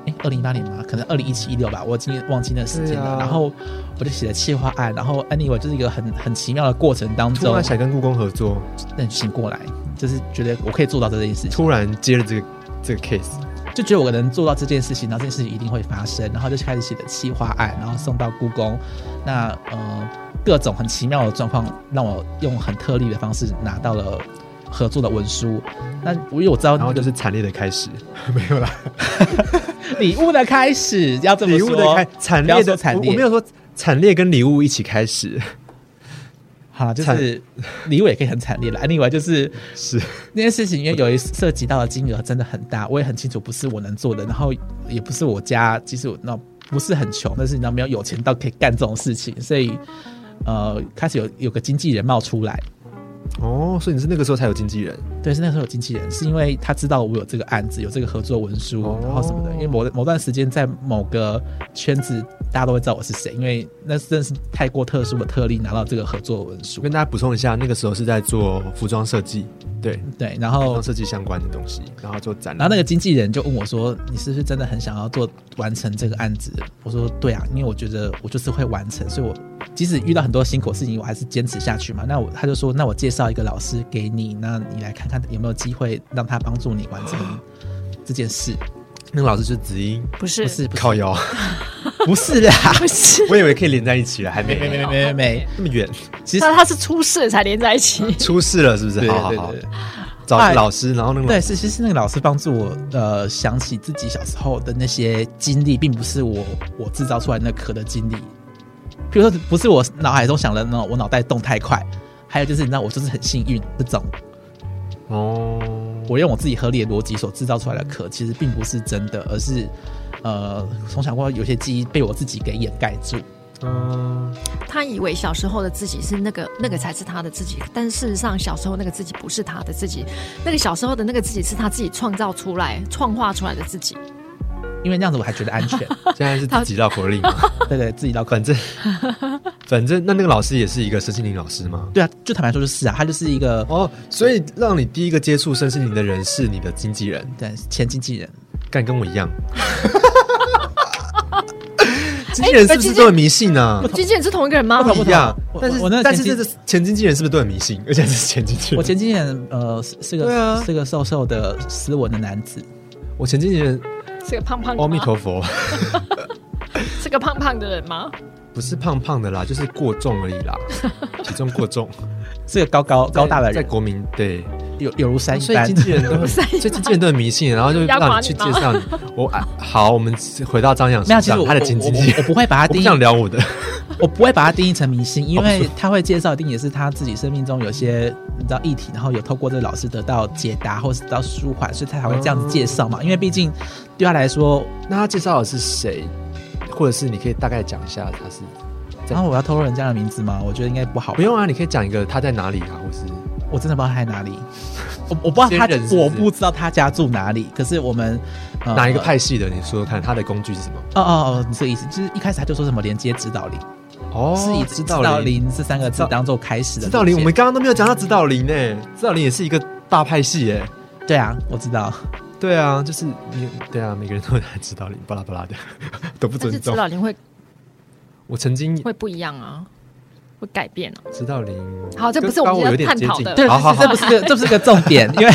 [SPEAKER 2] 哎，二零一八年嘛，可能二零一七一六吧，我已经忘记那个时间了。
[SPEAKER 1] 对啊
[SPEAKER 2] 然后我就写了企划案，然后 anyway 就是一个很很奇妙的过程当
[SPEAKER 1] 突
[SPEAKER 2] 中
[SPEAKER 1] 然，想跟故宫合作，
[SPEAKER 2] 那醒过来，就是觉得我可以做到这件事情，
[SPEAKER 1] 突然接了这个这个 case，
[SPEAKER 2] 就觉得我能做到这件事情，然后这件事情一定会发生，然后就开始写的企划案，然后送到故宫。那呃，各种很奇妙的状况，让我用很特例的方式拿到了合作的文书。那因为我知道
[SPEAKER 1] 然后
[SPEAKER 2] 那
[SPEAKER 1] 就
[SPEAKER 2] 个
[SPEAKER 1] 是惨烈的开始， 没有啦，
[SPEAKER 2] 礼物的开始，要这么
[SPEAKER 1] 礼
[SPEAKER 2] 说，
[SPEAKER 1] 物的开惨
[SPEAKER 2] 不要
[SPEAKER 1] 烈的
[SPEAKER 2] 说惨烈
[SPEAKER 1] 我，我没有说惨烈跟礼物一起开 始，
[SPEAKER 2] 好，就
[SPEAKER 1] 惨
[SPEAKER 2] 是礼物也可以很惨烈了。Anyway，就是
[SPEAKER 1] 是
[SPEAKER 2] 那件事情，因为有一涉及到的金额真的很大，我也很清楚不是我能做的，然后也不是我家，其实我那不是很穷，但是你知道没有有钱到可以干这种事情，所以呃，开始有有个经纪人冒出来。
[SPEAKER 1] 哦，所以你是那个时候才有经纪人，
[SPEAKER 2] 对，是那时候有经纪人，是因为他知道我有这个案子，有这个合作文书，
[SPEAKER 1] 哦
[SPEAKER 2] 然后什么的。因为某某段时间在某个圈子，大家都会知道我是谁，因为那真的是太过特殊的特例拿到这个合作文书
[SPEAKER 1] 我。跟大家补充一下，那个时候是在做服装设计，对，
[SPEAKER 2] 对，然
[SPEAKER 1] 服
[SPEAKER 2] 后
[SPEAKER 1] 装设计相关的东西，然后做展
[SPEAKER 2] 哦然
[SPEAKER 1] 览，
[SPEAKER 2] 后那个经纪人就问我说：“你是不是真的很想要做完成这个案子？”我说：“对啊，因为我觉得我就是会完成，所以我即使遇到很多辛苦的事情，我还是坚持下去嘛。”那我他就说：“那我介绍一个老师给你，那你来看看有没有机会让他帮助你完成这件事。
[SPEAKER 1] 那个老师就是子英，
[SPEAKER 3] 不是
[SPEAKER 2] 不是”不是
[SPEAKER 1] 靠 腰，
[SPEAKER 2] 不是啦，
[SPEAKER 3] 不是，
[SPEAKER 1] 我以为可以连在一起了，还没
[SPEAKER 2] 没没没没没没，
[SPEAKER 1] 那么远，
[SPEAKER 2] 其实
[SPEAKER 3] 那他是出事才连在一起。
[SPEAKER 1] 出事了是不是？
[SPEAKER 2] 对
[SPEAKER 1] 好好
[SPEAKER 2] 对
[SPEAKER 1] 好
[SPEAKER 2] 对，对。
[SPEAKER 1] 找
[SPEAKER 2] 哎
[SPEAKER 1] 老师，然后那个
[SPEAKER 2] 对，是其实那个老师帮助我，呃，想起自己小时候的那些经历，并不是我我制造出来那壳的经历。譬如说，不是我脑海中想的那种，我脑袋动太快。 还有就是，你知道，我就是很幸运，这种
[SPEAKER 1] 哦，
[SPEAKER 2] 我用我自己合理的逻辑所制造出来的壳，其实并不是真的，而是呃，从小过后有些记忆被我自己给掩盖住。
[SPEAKER 1] 嗯，
[SPEAKER 3] 他以为小时候的自己是那个那个才是他的自己，但事实上小时候那个自己不是他的自己，那个小时候的那个自己是他自己创造出来、创化出来的自己。
[SPEAKER 2] 因因为那样子我还觉得安全。
[SPEAKER 1] 现 在是自己绕口令嘛，
[SPEAKER 2] 对对，自己到可
[SPEAKER 1] 反正反正那那个老师也是一个身心灵老师吗？
[SPEAKER 2] 对啊，就坦白说就是啊，他就是一个
[SPEAKER 1] 哦，所以让你第一个接触身心灵的人是你的经纪人，
[SPEAKER 2] 对前经纪人，
[SPEAKER 1] 干跟我一 样。经
[SPEAKER 3] 哎
[SPEAKER 1] 纪人
[SPEAKER 3] 你们
[SPEAKER 1] 是不
[SPEAKER 3] 经
[SPEAKER 1] 是
[SPEAKER 3] 纪
[SPEAKER 1] 都很迷信呢、啊
[SPEAKER 3] 经纪人是同一个人吗？
[SPEAKER 1] 不一样
[SPEAKER 2] 我，
[SPEAKER 1] 但
[SPEAKER 2] 我
[SPEAKER 1] 是
[SPEAKER 2] 那个
[SPEAKER 1] 但是
[SPEAKER 2] 前
[SPEAKER 1] 这
[SPEAKER 2] 经
[SPEAKER 1] 个前经纪人是不是都很迷信？ 而且这是前经纪人，
[SPEAKER 2] 我前经纪人呃是是
[SPEAKER 1] 对
[SPEAKER 2] 个、
[SPEAKER 1] 啊
[SPEAKER 2] 是个瘦瘦的斯文的男子，
[SPEAKER 1] 我前经纪 人，
[SPEAKER 3] 是个胖胖的
[SPEAKER 1] 阿弥
[SPEAKER 3] 吗？
[SPEAKER 1] 陀佛，
[SPEAKER 3] 是个胖胖的人吗？
[SPEAKER 1] 不是胖胖的啦，就是过重而已啦，体重过重，
[SPEAKER 2] 是个高高 高大的
[SPEAKER 1] 在
[SPEAKER 2] 人，
[SPEAKER 1] 国民对，
[SPEAKER 2] 有有如山一
[SPEAKER 1] 哦所以
[SPEAKER 2] 般
[SPEAKER 1] 经。 纪人都很，
[SPEAKER 3] 不
[SPEAKER 1] 所
[SPEAKER 3] 是
[SPEAKER 1] 以经纪人都很迷信，然后就
[SPEAKER 3] 压垮
[SPEAKER 1] 让你去
[SPEAKER 3] 你
[SPEAKER 1] 介
[SPEAKER 3] 吗
[SPEAKER 1] 绍你。我啊，好，我们回到张扬
[SPEAKER 2] 没
[SPEAKER 1] 身
[SPEAKER 2] 有，其实
[SPEAKER 1] 上，
[SPEAKER 2] 我
[SPEAKER 1] 他的前经纪
[SPEAKER 2] 我我我
[SPEAKER 1] 人，
[SPEAKER 2] 不会把他
[SPEAKER 1] 我不
[SPEAKER 2] 定
[SPEAKER 1] 想哦
[SPEAKER 2] 义，
[SPEAKER 1] 聊我的，
[SPEAKER 2] 我不会把他定义成明星，因为他会介绍，一定也是他自己生命中有些你知道议题，然后有透过这个老师得到解答或是得到舒缓，所以他才会这样子介绍
[SPEAKER 1] 哦
[SPEAKER 2] 嘛。因为毕竟对他来说，
[SPEAKER 1] 那他介绍的是谁，或者是你可以大概讲一下他是？在
[SPEAKER 2] 然后我要透露人家的名字吗？我觉得应该不好吧
[SPEAKER 1] 不。用啊，你可以讲一个他在哪里啊，或是
[SPEAKER 2] 我真的不知道他在哪里，我我不知道
[SPEAKER 1] 仙
[SPEAKER 2] 他
[SPEAKER 1] 人是不是
[SPEAKER 2] 我不知道他家住哪里。可是我们、呃
[SPEAKER 1] 哪一个？派系的，你说说看，他的工具是什么？
[SPEAKER 2] 哦哦哦，你这个意思就是一开始他就说什么连接指导灵，
[SPEAKER 1] 哦
[SPEAKER 2] 是以
[SPEAKER 1] 指
[SPEAKER 2] 指导
[SPEAKER 1] 导灵，
[SPEAKER 2] 灵这三个字当做开始的
[SPEAKER 1] 指
[SPEAKER 2] 连接。
[SPEAKER 1] 导灵，我们刚刚都没有讲到指导灵呢、指导灵也是一个大派系哎、
[SPEAKER 2] 对啊，我知道。
[SPEAKER 1] 对啊，就是你对啊，每个人都有他的指导灵，巴拉巴拉的 都不
[SPEAKER 3] 但是
[SPEAKER 1] 尊
[SPEAKER 3] 指
[SPEAKER 1] 重。
[SPEAKER 3] 导灵会
[SPEAKER 1] 我曾经
[SPEAKER 3] 会不一样啊，会改变啊。
[SPEAKER 1] 指导灵，
[SPEAKER 3] 好这不是
[SPEAKER 1] 跟
[SPEAKER 3] 我
[SPEAKER 1] 高
[SPEAKER 3] 们
[SPEAKER 1] 我有
[SPEAKER 3] 要
[SPEAKER 1] 点
[SPEAKER 3] 探
[SPEAKER 1] 接
[SPEAKER 3] 讨
[SPEAKER 1] 近
[SPEAKER 3] 的
[SPEAKER 2] 对，
[SPEAKER 1] 好好
[SPEAKER 2] 这
[SPEAKER 1] 好，
[SPEAKER 2] 不是个这不是个重 点，因为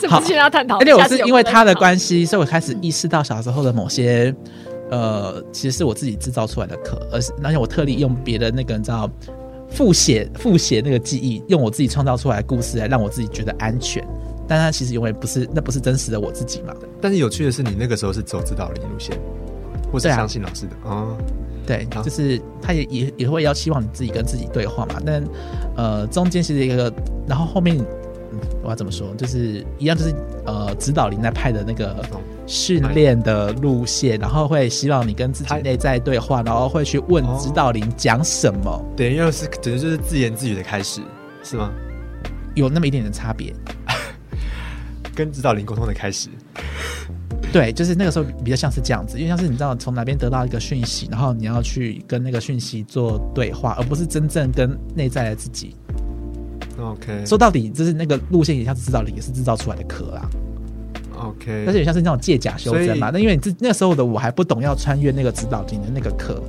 [SPEAKER 3] 这不是要探讨，
[SPEAKER 2] 而且我
[SPEAKER 3] 下次
[SPEAKER 2] 是
[SPEAKER 3] 有
[SPEAKER 2] 因为
[SPEAKER 3] 空再
[SPEAKER 2] 他的
[SPEAKER 3] 讨
[SPEAKER 2] 关系，所以我开始意识到小时候的某些，呃，其实是我自己制造出来的课，而是而且我特地用别的那个你知道复写复写那个记忆，用我自己创造出来的故事来让我自己觉得安全，但它其实永远不是，那不是真实的我自己嘛？
[SPEAKER 1] 但是有趣的是，你那个时候是走指导灵路线，或是
[SPEAKER 2] 对啊
[SPEAKER 1] 相信老师的哦。
[SPEAKER 2] 对，
[SPEAKER 1] 好
[SPEAKER 2] 就是他也也也会要希望你自己跟自己对话嘛，但呃中间其实一个，然后后面。嗯我要怎么说？就是一样，就是呃，指导林在派的那个
[SPEAKER 1] 懂
[SPEAKER 2] 训练的路线，然后会希望你跟自己
[SPEAKER 1] 他
[SPEAKER 2] 内在对话，然后会去问
[SPEAKER 1] 哦
[SPEAKER 2] 指导林讲什么，
[SPEAKER 1] 对，因为是等于就是自言自语的开始，是吗？
[SPEAKER 2] 有那么一点点差别。
[SPEAKER 1] 跟指导灵沟通的开始，
[SPEAKER 2] 对，就是那个时候比较像是这样子，因为像是你知道从哪边得到一个讯息，然后你要去跟那个讯息做对话，而不是真正跟内在的自己。
[SPEAKER 1] OK，
[SPEAKER 2] 说到底，就是那个路线也像是指导林也是制造出来的壳啦。
[SPEAKER 1] OK，
[SPEAKER 2] 但是也像是那种借假修真嘛。
[SPEAKER 1] 所以
[SPEAKER 2] 那因为你自那时候的我还不懂要穿越那个指导灵的那个课，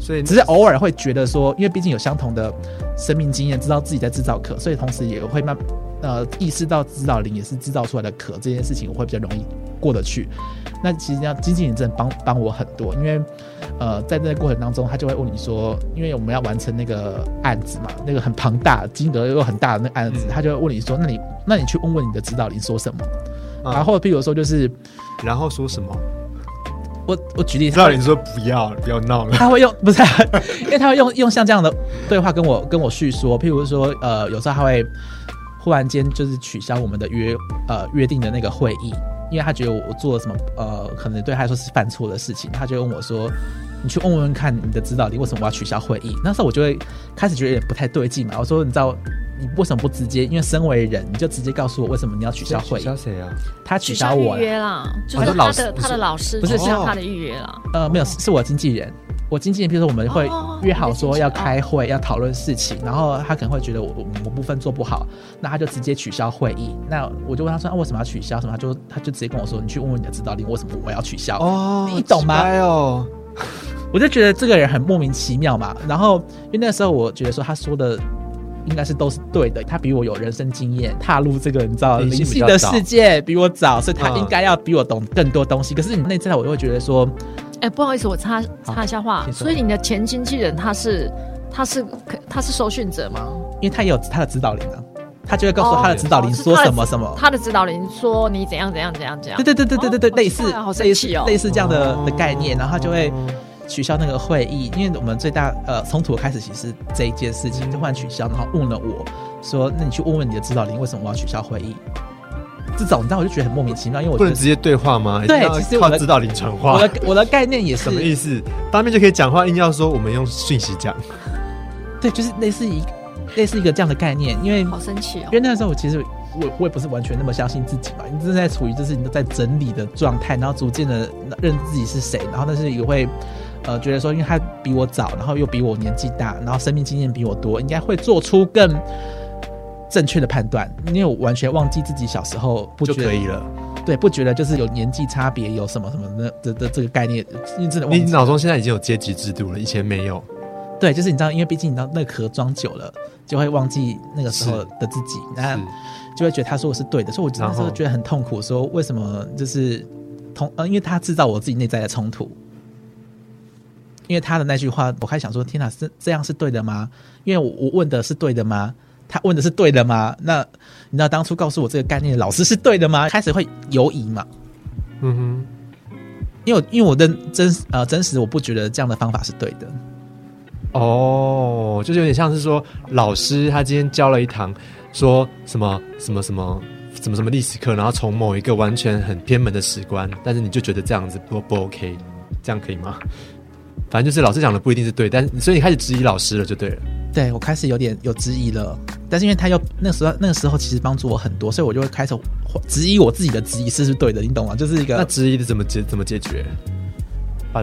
[SPEAKER 1] 所以
[SPEAKER 2] 只是偶尔会觉得说，因为毕竟有相同的生命经验，知道自己在制造课，所以同时也会慢呃意识到指导灵也是制造出来的壳这件事情，我会比较容易过得去。那其实这样经纪人真的帮帮我很多，因为呃在这个过程当中，他就会问你说，因为我们要完成那个案子嘛，那个很庞大、金额又很大的那个案子，
[SPEAKER 1] 嗯
[SPEAKER 2] 他就会问你说，那你那你去问问你的指导灵说什么？
[SPEAKER 1] 嗯
[SPEAKER 2] 然后譬如说就是。
[SPEAKER 1] 然后说什么？
[SPEAKER 2] 我我举例，
[SPEAKER 1] 指导灵说不要不要闹了，
[SPEAKER 2] 他会用 不是啊，因为他会用用像这样的对话跟我跟我叙说，譬如说呃，有时候他会忽然间就是取消我们的约呃约定的那个会议，因为他觉得我我做了什么呃可能对他来说是犯错的事情，他就问我说。你去问问看你的指导力为什么我要取消会议？那时候我就会开始觉得有点不太对劲嘛。我说你知道你为什么不直接？因为身为人，你就直接告诉我为什么你要取消会
[SPEAKER 1] 取
[SPEAKER 2] 议
[SPEAKER 1] 消。谁啊？
[SPEAKER 2] 他
[SPEAKER 3] 取
[SPEAKER 2] 取消
[SPEAKER 3] 消
[SPEAKER 2] 我
[SPEAKER 3] 预
[SPEAKER 2] 了，
[SPEAKER 3] 约啦，就
[SPEAKER 1] 哦
[SPEAKER 3] 是
[SPEAKER 1] 就老
[SPEAKER 3] 他
[SPEAKER 1] 师
[SPEAKER 3] 的
[SPEAKER 1] 不是
[SPEAKER 3] 他的老师
[SPEAKER 2] 不是
[SPEAKER 3] 取消
[SPEAKER 1] 哦
[SPEAKER 3] 他的预约啦。
[SPEAKER 2] 呃，没有，是是我经纪人。我经纪人，比如说我们会
[SPEAKER 3] 哦
[SPEAKER 2] 约好说要开会，要讨论事情，然后他可能会觉得我我某部分做不好，那他就直接取消会议。那我就问他说啊，为什么要取消？什么？他就他就直接跟我说，你去问问你的指导令，为什么我要取消？
[SPEAKER 1] 哦
[SPEAKER 2] 你懂吗
[SPEAKER 1] 直白哦，
[SPEAKER 2] 我就觉得这个人很莫名其妙嘛。然后因为那时候我觉得说他说的应该是都是对的，他比我有人生经验，踏入这个你知道
[SPEAKER 1] 灵
[SPEAKER 2] 灵
[SPEAKER 1] 性比
[SPEAKER 2] 性
[SPEAKER 1] 较
[SPEAKER 2] 的
[SPEAKER 1] 早
[SPEAKER 2] 世界比我早，所以他
[SPEAKER 1] 嗯
[SPEAKER 2] 应该要比我懂更多东西。可是你内在我就会觉得说，
[SPEAKER 3] 哎，不好意思，我插
[SPEAKER 2] 好
[SPEAKER 3] 插一下话，
[SPEAKER 2] 请说
[SPEAKER 3] 所以你的前经纪人他是他是他是受训者吗？
[SPEAKER 2] 因为他也有他的指导灵啊，他就会告诉他的指导灵
[SPEAKER 3] 哦
[SPEAKER 2] 说
[SPEAKER 3] 是他的
[SPEAKER 2] 什么什么。
[SPEAKER 3] 他的指导灵说你怎样怎样怎样怎样
[SPEAKER 2] 对。对对对对对对，
[SPEAKER 3] 哦
[SPEAKER 2] 类似
[SPEAKER 3] 好奇怪哦好神
[SPEAKER 2] 类似
[SPEAKER 3] 奇哦
[SPEAKER 2] 类似这样的的概念，
[SPEAKER 1] 哦
[SPEAKER 2] 然后他就会取消那个会议，因为我们最大呃冲突的开始其实是这一件事情，就忽然取消，然后问了我说，那你去问问你的指导灵为什么我要取消会议？这种你知道我就觉得很莫名其妙，因为我
[SPEAKER 1] 不
[SPEAKER 2] 觉
[SPEAKER 1] 能
[SPEAKER 2] 得
[SPEAKER 1] 直接对话吗？
[SPEAKER 2] 对
[SPEAKER 1] 一定要
[SPEAKER 2] 其实我
[SPEAKER 1] 靠
[SPEAKER 2] 的
[SPEAKER 1] 指导灵传话
[SPEAKER 2] 我，的我的概念也是
[SPEAKER 1] 什么意思？当面就可以讲话，硬要说我们用讯息讲，
[SPEAKER 2] 对，就是类似一类似一个这样的概念，因为
[SPEAKER 3] 好生气哦
[SPEAKER 2] 因！为那时候我其实我我也不是完全那么相信自己嘛，你正在处于就是你在整理的状态，然后逐渐的认自己是谁，然后但是也会呃觉得说，因为他比我早，然后又比我年纪大，然后生命经验比我多，应该会做出更正确的判断，因为我完全忘记自己小时候不
[SPEAKER 1] 就
[SPEAKER 2] 觉得
[SPEAKER 1] 可以了。
[SPEAKER 2] 对，不觉得就是有年纪差别有什么什么的的的这个概念，因为真的忘
[SPEAKER 1] 你
[SPEAKER 2] 记
[SPEAKER 1] 脑中现在已经有阶级制度了，以前没有。
[SPEAKER 2] 对，就是你知道，因为毕竟你知道那个壳装久了，就会忘记那个时候的自己，那
[SPEAKER 1] 是
[SPEAKER 2] 就会觉得他说我是对的，所以我那时
[SPEAKER 1] 然
[SPEAKER 2] 候
[SPEAKER 1] 后
[SPEAKER 2] 觉得很痛苦，说为什么就是同呃，因为他制造我自己内在的冲突，因为他的那句话，我开始想说，天哪，是这样是对的吗？因为我我问的是对的吗？他问的是对的吗？那你知道当初告诉我这个概念的老师是对的吗？开始会犹疑嘛，
[SPEAKER 1] 嗯哼。
[SPEAKER 2] 因为我因为我的真呃真实，我不觉得这样的方法是对的。
[SPEAKER 1] 哦，就是有点像是说，老师他今天教了一堂，说什么什么什么什么什么历史课，然后从某一个完全很偏门的史观，但是你就觉得这样子不不 OK，这样可以吗？反正就是老师讲的不一定是对，但是所以你开始质疑老师了就对了。
[SPEAKER 2] 对我开始有点有质疑了，但是因为他又那时候那个时候其实帮助我很多，所以我就会开始质疑我自己的质疑是不是对啊的，你懂吗？就是一
[SPEAKER 1] 那
[SPEAKER 2] 个
[SPEAKER 1] 质疑的怎么解怎么解决？把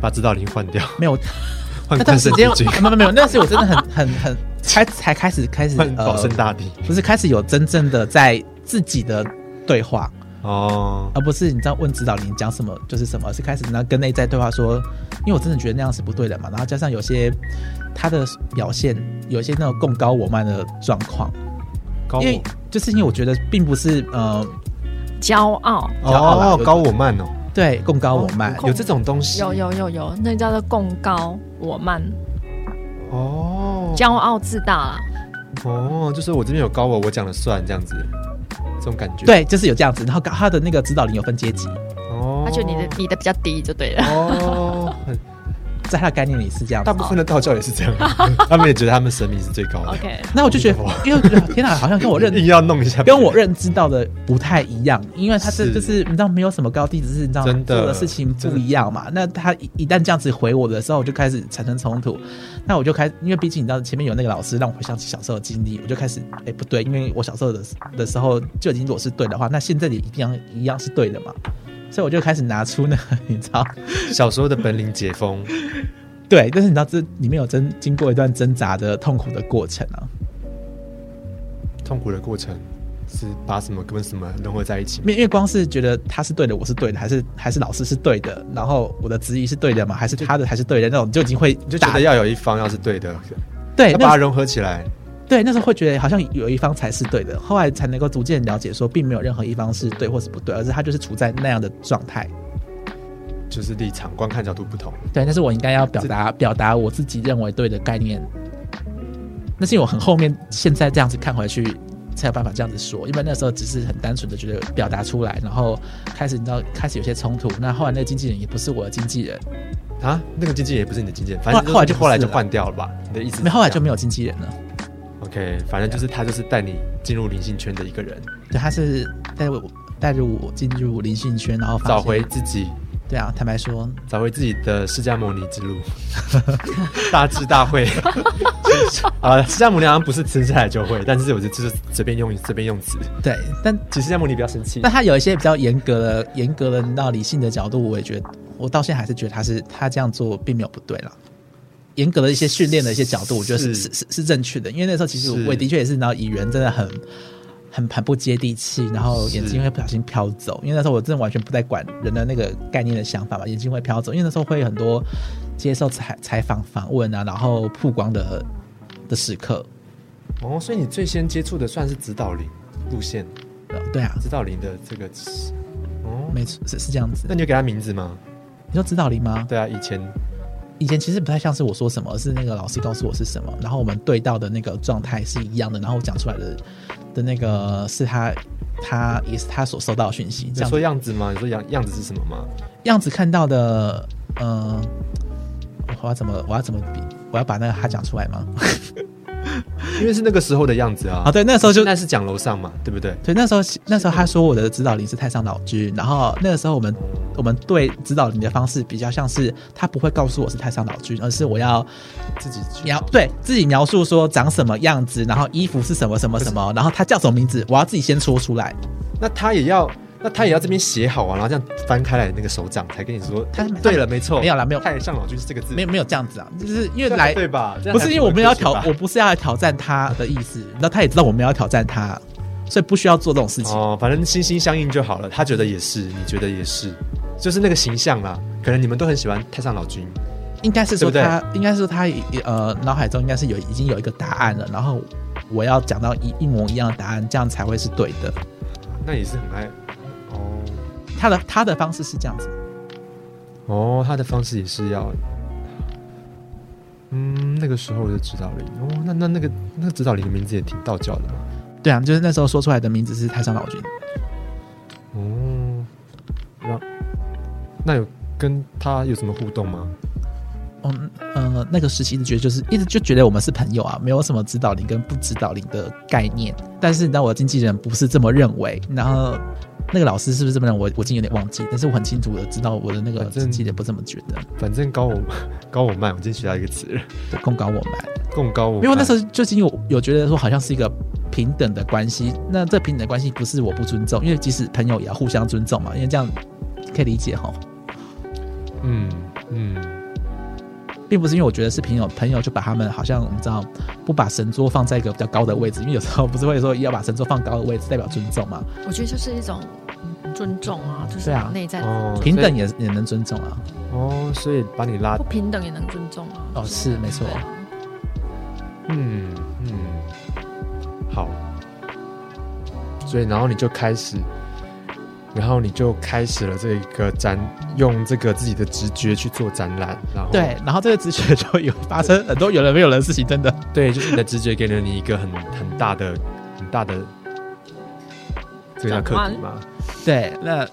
[SPEAKER 1] 把指导灵换掉，
[SPEAKER 2] 没有，
[SPEAKER 1] 换关
[SPEAKER 2] 那段时
[SPEAKER 1] 圣
[SPEAKER 2] 间
[SPEAKER 1] 帝君，
[SPEAKER 2] 没有没有，那时候我真的很很很才才开始开始
[SPEAKER 1] 换保
[SPEAKER 2] 呃
[SPEAKER 1] 生，大帝。
[SPEAKER 2] 不是开始有真正的在自己的对话，
[SPEAKER 1] 哦，
[SPEAKER 2] 而不是你知道问指导灵讲什么就是什么，而是开始呢跟内在对话说，因为我真的觉得那样是不对的嘛，然后加上有些他的表现有一些那种共高我慢的状况，
[SPEAKER 1] 高
[SPEAKER 2] 因为
[SPEAKER 1] 我
[SPEAKER 2] 就是因为我觉得并不是呃
[SPEAKER 3] 骄傲，
[SPEAKER 2] 骄傲啦有
[SPEAKER 1] 哦，高我慢哦，
[SPEAKER 2] 对共高我慢，
[SPEAKER 1] 有这种东西
[SPEAKER 3] 有有有有，那叫做共高我慢，
[SPEAKER 1] 哦，
[SPEAKER 3] 骄傲自大啊啦。
[SPEAKER 1] 哦，就是我这边有高我，我讲了算这样子，这种感觉。，
[SPEAKER 2] 对，就是有这样子。然后他的那个指导灵有分阶级，
[SPEAKER 1] 哦，
[SPEAKER 3] 他觉得你的你的比较低就对了。
[SPEAKER 1] 哦，很
[SPEAKER 2] 在他的概念里是这样子
[SPEAKER 1] 大。部分的道教也是这样，他们也觉得他们神明是最高的。
[SPEAKER 3] OK，
[SPEAKER 2] 那我就觉得，因为我觉得天哪，好像跟 我认
[SPEAKER 1] 硬要弄一下，
[SPEAKER 2] 跟我认知到的不太一样，因为他是
[SPEAKER 1] 是
[SPEAKER 2] 就是你知道没有什么高低，只是你知道
[SPEAKER 1] 真的
[SPEAKER 2] 做的事情不一样嘛。那他一一旦这样子回我的时候，我就开始产生冲突。那我就开，因为毕竟你知道前面有那个老师让我回想起小时候的经历，我就开始哎、不对，因为我小时候的的时候就已经如果是对的话，那现在也一定一样是对的嘛。所以我就开始拿出那个 你知道，
[SPEAKER 1] 小时候的本领解封，
[SPEAKER 2] 对，但是你知道这里面有真经过一段挣扎的痛苦的过程啊。
[SPEAKER 1] 痛苦的过程是把什么跟什么融合在一起。
[SPEAKER 2] 因为光是觉得他是对的，我是对的，还是还是老师是对的，然后我的质疑是对的嘛，还是他的还是对的那种，你就已经会
[SPEAKER 1] 你就觉
[SPEAKER 2] 打
[SPEAKER 1] 得要有一方要是对的，
[SPEAKER 2] 对
[SPEAKER 1] 要把它
[SPEAKER 2] 哎那
[SPEAKER 1] 融合起来。
[SPEAKER 2] 对那时候会觉得好像有一方才是对的，后来才能够逐渐了解说，并没有任何一方是对或是不对，而是他就是处在那样的状态。
[SPEAKER 1] 就是立场、观看角度不同，
[SPEAKER 2] 对，但是我应该要表达表达我自己认为对的概念。那是因为我很后面现在这样子看回去才有办法这样子说，因为那时候只是很单纯的觉得表达出来，然后开始你知道开始有些冲突。那后来那个经纪人也不是我的经纪人，
[SPEAKER 1] 啊，那个经纪人也不是你的经纪人，反正
[SPEAKER 2] 后来后来就不是
[SPEAKER 1] 后来就
[SPEAKER 2] 了
[SPEAKER 1] 换掉了吧？你的意思是这
[SPEAKER 2] 没
[SPEAKER 1] 样？
[SPEAKER 2] 后来就没有经纪人了。
[SPEAKER 1] OK，反正就是他就是带你进入灵性圈的一个人，
[SPEAKER 2] 对，他是带着我带着我进入灵性圈，然后发现
[SPEAKER 1] 找回自己，
[SPEAKER 2] 对啊，坦白说，
[SPEAKER 1] 找回自己的释迦牟尼之路， 大智大慧。 啊，释迦牟尼好像不是生下来就会，但是我就就是随便用随便用词。
[SPEAKER 2] 对，但
[SPEAKER 1] 其实释迦牟尼不要生气
[SPEAKER 2] 那，他有一些比较严格的严格的到理性的角度，我也觉得我到现在还是觉得他是他这样做并没有不对啦。严格的一些训练的一些角度，我觉得是
[SPEAKER 1] 是
[SPEAKER 2] 是是是正确的，因为那时候其实
[SPEAKER 1] 是
[SPEAKER 2] 我也的确也是，然后语言真的很很很不接地气，然后眼睛会不小心飘走，因为那时候我真的完全不在管人的那个概念的想法嘛，眼睛会飘走，因为那时候会有很多接受采采访访问啊，然后曝光的的时刻，
[SPEAKER 1] 哦，所以你最先接触的算是指导灵路线，
[SPEAKER 2] 呃对啊，
[SPEAKER 1] 指导灵的这个哦，
[SPEAKER 2] 没错，是是这样子
[SPEAKER 1] 那。你有给他名字吗？
[SPEAKER 2] 你说指导灵吗？
[SPEAKER 1] 对啊，以前
[SPEAKER 2] 以前其实不太像是我说什么，而是那个老师告诉我是什么，然后我们对到的那个状态是一样的，然后我讲出来的的那个是他他也是他所收到的讯息，这
[SPEAKER 1] 你
[SPEAKER 2] 样
[SPEAKER 1] 说
[SPEAKER 2] 子
[SPEAKER 1] 样子吗？你说样样子是什么吗？
[SPEAKER 2] 样子看到的，嗯、我要怎么我要怎么比，我要把那个他讲出来吗？
[SPEAKER 1] 因为是那个时候的样子啊。
[SPEAKER 2] 哦，对，那时候就
[SPEAKER 1] 那是讲楼上嘛，对不对？
[SPEAKER 2] 对，那时候那时候他说我的指导灵是太上老君，然后那个时候我们
[SPEAKER 1] 哦
[SPEAKER 2] 我们对指导灵的方式比较像是他不会告诉我是太上老君，而是我要
[SPEAKER 1] 自己去
[SPEAKER 2] 描对自己描述说长什么样子，然后衣服是什么什么什么，然后他叫什么名字，我要自己先说出来。
[SPEAKER 1] 那他也要，那他也要这边写好啊，然后这样翻开来那个手掌才跟你说，
[SPEAKER 2] 他是
[SPEAKER 1] 对了，没错，
[SPEAKER 2] 没有啦没有
[SPEAKER 1] 太上老君是这个字，
[SPEAKER 2] 没有没有这样子啊，就是因为来
[SPEAKER 1] 对吧？哦这样
[SPEAKER 2] 不
[SPEAKER 1] 才
[SPEAKER 2] 是因为我们要挑
[SPEAKER 1] 科，学
[SPEAKER 2] 我
[SPEAKER 1] 吧
[SPEAKER 2] 不是要来挑战他的意思，然后他也知道我们要挑战他，所以不需要做这种事情。
[SPEAKER 1] 哦，反正心心相印就好了。他觉得也是，你觉得也是，就是那个形象啦。可能你们都很喜欢太上老君，
[SPEAKER 2] 应该是说
[SPEAKER 1] 对不
[SPEAKER 2] 他，应该是说他也呃脑海中应该是有已经有一个答案了，然后我要讲到一一模一样的答案，这样才会是对的。
[SPEAKER 1] 那也是很爱。哦
[SPEAKER 2] 他的他的方式是这样子，
[SPEAKER 1] 哦，他的方式也是要，嗯，那个时候的指导灵哦，那那那个那个指导灵的名字也挺道教的嘛。
[SPEAKER 2] 对啊，就是那时候说出来的名字是太上老君，
[SPEAKER 1] 哦，那那有跟他有什么互动吗？
[SPEAKER 2] 嗯呃那个时期一直觉得就是一直就觉得我们是朋友啊，没有什么指导灵跟不指导灵的概念。但是你知道我的经纪人不是这么认为，然后那个老师是不是这么认为，我我已经有点忘记，但是我很清楚的知道我的那个
[SPEAKER 1] 反正
[SPEAKER 2] 经纪人不这么觉得，
[SPEAKER 1] 反正高我 高我慢，我今天学到一个词了，
[SPEAKER 2] 对公搞我们。
[SPEAKER 1] 共高我慢。
[SPEAKER 2] 因为我那时候就已经有有觉得说好像是一个平等的关系，那这平等的关系不是我不尊重，因为即使朋友也要互相尊重嘛，因为这样可以理解哈，
[SPEAKER 1] 嗯嗯，
[SPEAKER 2] 并不是因为我觉得是朋友，朋友就把他们好像你知道不把神桌放在一个比较高的位置，因为有时候不是会说要把神桌放高的位置代表尊重嘛，
[SPEAKER 1] 哦
[SPEAKER 3] 我觉得就是一种尊重啊，就是
[SPEAKER 2] 对啊
[SPEAKER 3] 内在
[SPEAKER 1] 哦，
[SPEAKER 2] 平
[SPEAKER 1] 所以
[SPEAKER 2] 等也也能尊重啊，
[SPEAKER 1] 哦，所以把你拉
[SPEAKER 3] 不，平等也能尊重啊。
[SPEAKER 2] 哦是没错
[SPEAKER 3] 对啊
[SPEAKER 1] 嗯嗯，好。所以，然后你就开始，然后你就开始了这个展，用这个自己的直觉去做展览，然后
[SPEAKER 2] 对，然后这个直觉就有发生很多有人没有人的事情，真的
[SPEAKER 1] 对，就是你的直觉给了你一个很很大的、很大的，这个叫
[SPEAKER 3] 转
[SPEAKER 1] 刻
[SPEAKER 3] 弯
[SPEAKER 1] 苦嘛，
[SPEAKER 2] 对，那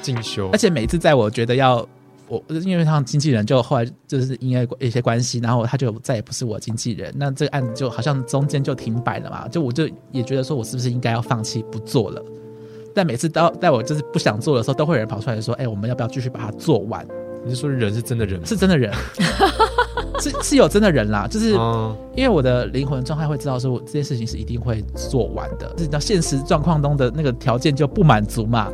[SPEAKER 1] 进修，
[SPEAKER 2] 而且每次在我觉得要我，因为他经纪人就后来就是因为一些关系，然后他就再也不是我经纪人，那这个案子就好像中间就停摆了嘛，就我就也觉得说我是不是应该要放弃不做了。但每次到在我就是不想做的时候，都会有人跑出来说：“哎、我们要不要继续把它做完
[SPEAKER 1] 你是说人是真的人？”吗？
[SPEAKER 2] 是真的人，是是有真的人啦，就是
[SPEAKER 1] 哦
[SPEAKER 2] 因为我的灵魂状态会知道说，我这件事情是一定会做完的，就是你知道现实状况中的那个条件就不满足嘛，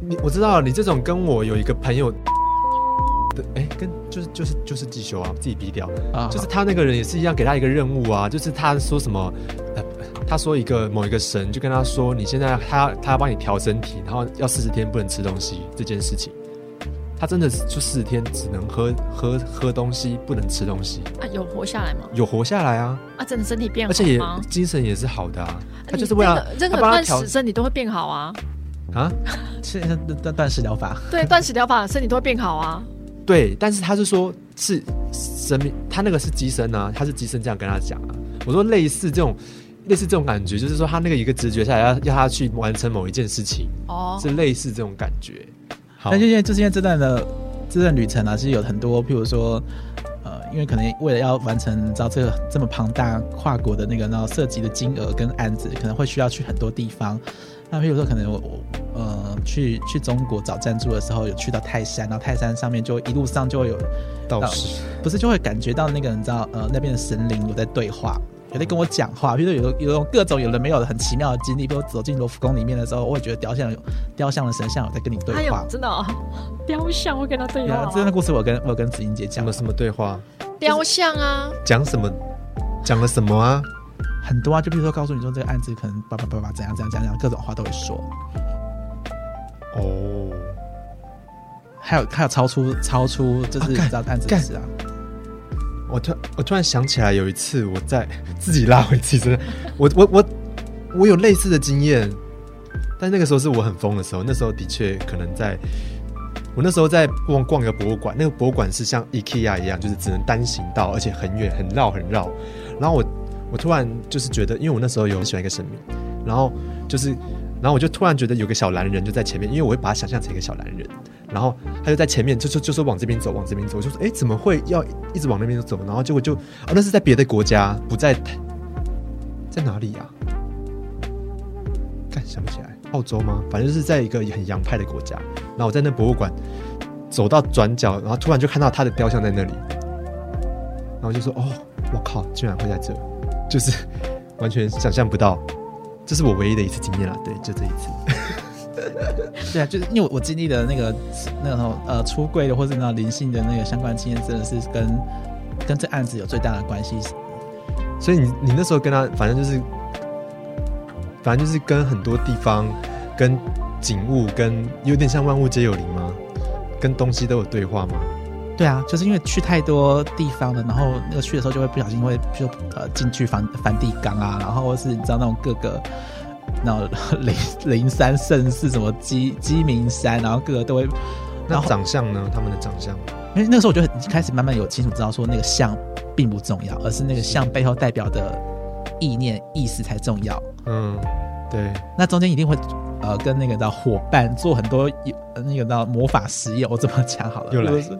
[SPEAKER 1] 你我知道你这种跟我有一个朋友的，哎，跟就是就是就是季修啊，自己逼掉，
[SPEAKER 2] 啊，
[SPEAKER 1] 就是他那个人也是一样，给他一个任务啊，就是他说什么，呃，他说一个某一个神就跟他说，你现在他他要帮你调身体，然后要四十天不能吃东西这件事情。他真的是就四十天只能喝喝喝东西，不能吃东西，
[SPEAKER 3] 啊，有活下来吗？
[SPEAKER 1] 有活下来啊，
[SPEAKER 3] 啊，真的身体变好
[SPEAKER 1] 而且也
[SPEAKER 3] 吗？呃
[SPEAKER 1] 精神也是好的啊。他
[SPEAKER 3] 你
[SPEAKER 1] 就是为了
[SPEAKER 3] 这个这
[SPEAKER 1] 他
[SPEAKER 3] 个
[SPEAKER 1] 帮他
[SPEAKER 3] 断
[SPEAKER 1] 调
[SPEAKER 3] 食，身体都会变好啊。
[SPEAKER 1] 啊，
[SPEAKER 2] 是断断食疗法。
[SPEAKER 3] 对，断食疗法身体都会变好啊。
[SPEAKER 1] 对，但是他是说，是神明，他那个是机身啊，他是机身这样跟他讲啊。我说类似这种，类似这种感觉，就是说他那个一个直觉下来要要他去完成某一件事情，
[SPEAKER 3] 哦，
[SPEAKER 1] 是类似这种感觉。好
[SPEAKER 2] 但，就因为就是因为这段的这段旅程啊，其实有很多，譬如说，呃，因为可能为了要完成，你知道这个这么庞大跨国的那个然后涉及的金额跟案子，可能会需要去很多地方。那譬如说，可能我我呃去去中国找赞助的时候，有去到泰山，然后泰山上面就一路上就会有，
[SPEAKER 1] 道士
[SPEAKER 2] 不是就会感觉到那个你知道呃那边的神灵有在对话。有在跟我讲话，比如说有有有各种有的没有的很奇妙的经历，比如走进罗浮宫里面的时候，我会觉得雕像有雕像的神像有在跟你对
[SPEAKER 3] 还
[SPEAKER 2] 话
[SPEAKER 3] 有，真的哦，雕像会跟他对
[SPEAKER 2] 对啊
[SPEAKER 3] 话，
[SPEAKER 2] 这段
[SPEAKER 3] 哦，
[SPEAKER 2] 故事我跟我跟子英姐
[SPEAKER 1] 讲
[SPEAKER 2] 讲
[SPEAKER 1] 了
[SPEAKER 2] 了
[SPEAKER 1] 什么对话，
[SPEAKER 3] 雕像啊，
[SPEAKER 1] 讲什么，讲了什么啊？
[SPEAKER 2] 很多啊，就比如说告诉你说这个案子可能叭叭叭叭怎样怎样怎样，各种话都会说，
[SPEAKER 1] 哦，
[SPEAKER 2] 还有还有超出超出就
[SPEAKER 1] 啊
[SPEAKER 2] 是你
[SPEAKER 1] 干
[SPEAKER 2] 知道案子的事啊，
[SPEAKER 1] 我突我突然想起来，有一次我在自己拉回自己身上，我 我我我有类似的经验，但那个时候是我很疯的时候，那时候的确可能在，我那时候在逛逛一个博物馆，那个博物馆是像 IKEA 一样，就是只能单行道，而且很远，很绕，很绕。然后我我突然就是觉得，因为我那时候有很喜欢一个神明，然后就是然后我就突然觉得有个小蓝人就在前面，因为我会把它想象成一个小蓝人，然后他就在前面，就就就是往这边走，往这边走，我就说哎，怎么会要一直往那边走？然后结果就啊，那是在别的国家，不在台在哪里呀、干想不起来，澳洲吗？反正就是在一个很洋派的国家。然后我在那博物馆走到转角，然后突然就看到他的雕像在那里，然后我就说哦，我靠，居然会在这，就是完全想象不到。这是我唯一的一次经验了，对，就这一次。
[SPEAKER 2] 对啊，就是因为我我经历的那个那个什么呃出柜的或是那种灵性的那个相关经验，真的是跟跟这案子有最大的关系。
[SPEAKER 1] 所以你你那时候跟他，反正就是，反正就是跟很多地方、跟景物、跟有点像万物皆有灵吗？跟东西都有对话吗？
[SPEAKER 2] 对啊，就是因为去太多地方了，然后那个去的时候就会不小心会就呃进去梵梵蒂冈啊，然后或是你知道那种各个那种灵灵山圣寺什么鸡鸡鸣山，然后各个都会，然
[SPEAKER 1] 那
[SPEAKER 2] 后
[SPEAKER 1] 长相呢？他们的长相，
[SPEAKER 2] 因为那个时候我就很开始慢慢有清楚知道说那个像并不重要，而是那个像背后代表的意念意思才重要。
[SPEAKER 1] 嗯，对，
[SPEAKER 2] 那中间一定会呃跟那个到伙伴做很多有呃那个到魔法实验，我这么讲好了，
[SPEAKER 1] 又来
[SPEAKER 2] 就是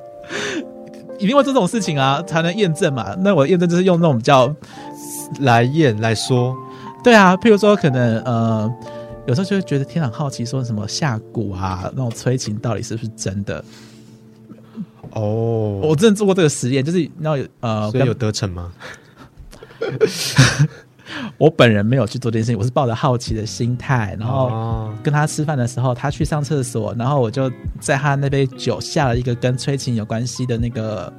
[SPEAKER 2] 一定会做这种事情啊，才能验证嘛。那我验证就是用那种比较
[SPEAKER 1] 来验来说，
[SPEAKER 2] 对啊，譬如说可能呃。有时候就会觉得天很好奇，说什么下蛊啊，那种催情到底是不是真的？
[SPEAKER 1] 哦，
[SPEAKER 2] 我真的做过这个实验，就是然后有呃，
[SPEAKER 1] 所以
[SPEAKER 2] 跟
[SPEAKER 1] 有得逞吗？
[SPEAKER 2] 我本人没有去做这件事情，我是抱着好奇的心态，然后
[SPEAKER 1] 哦，
[SPEAKER 2] 跟他吃饭的时候，他去上厕所，然后我就在他那杯酒下了一个跟催情有关系的那个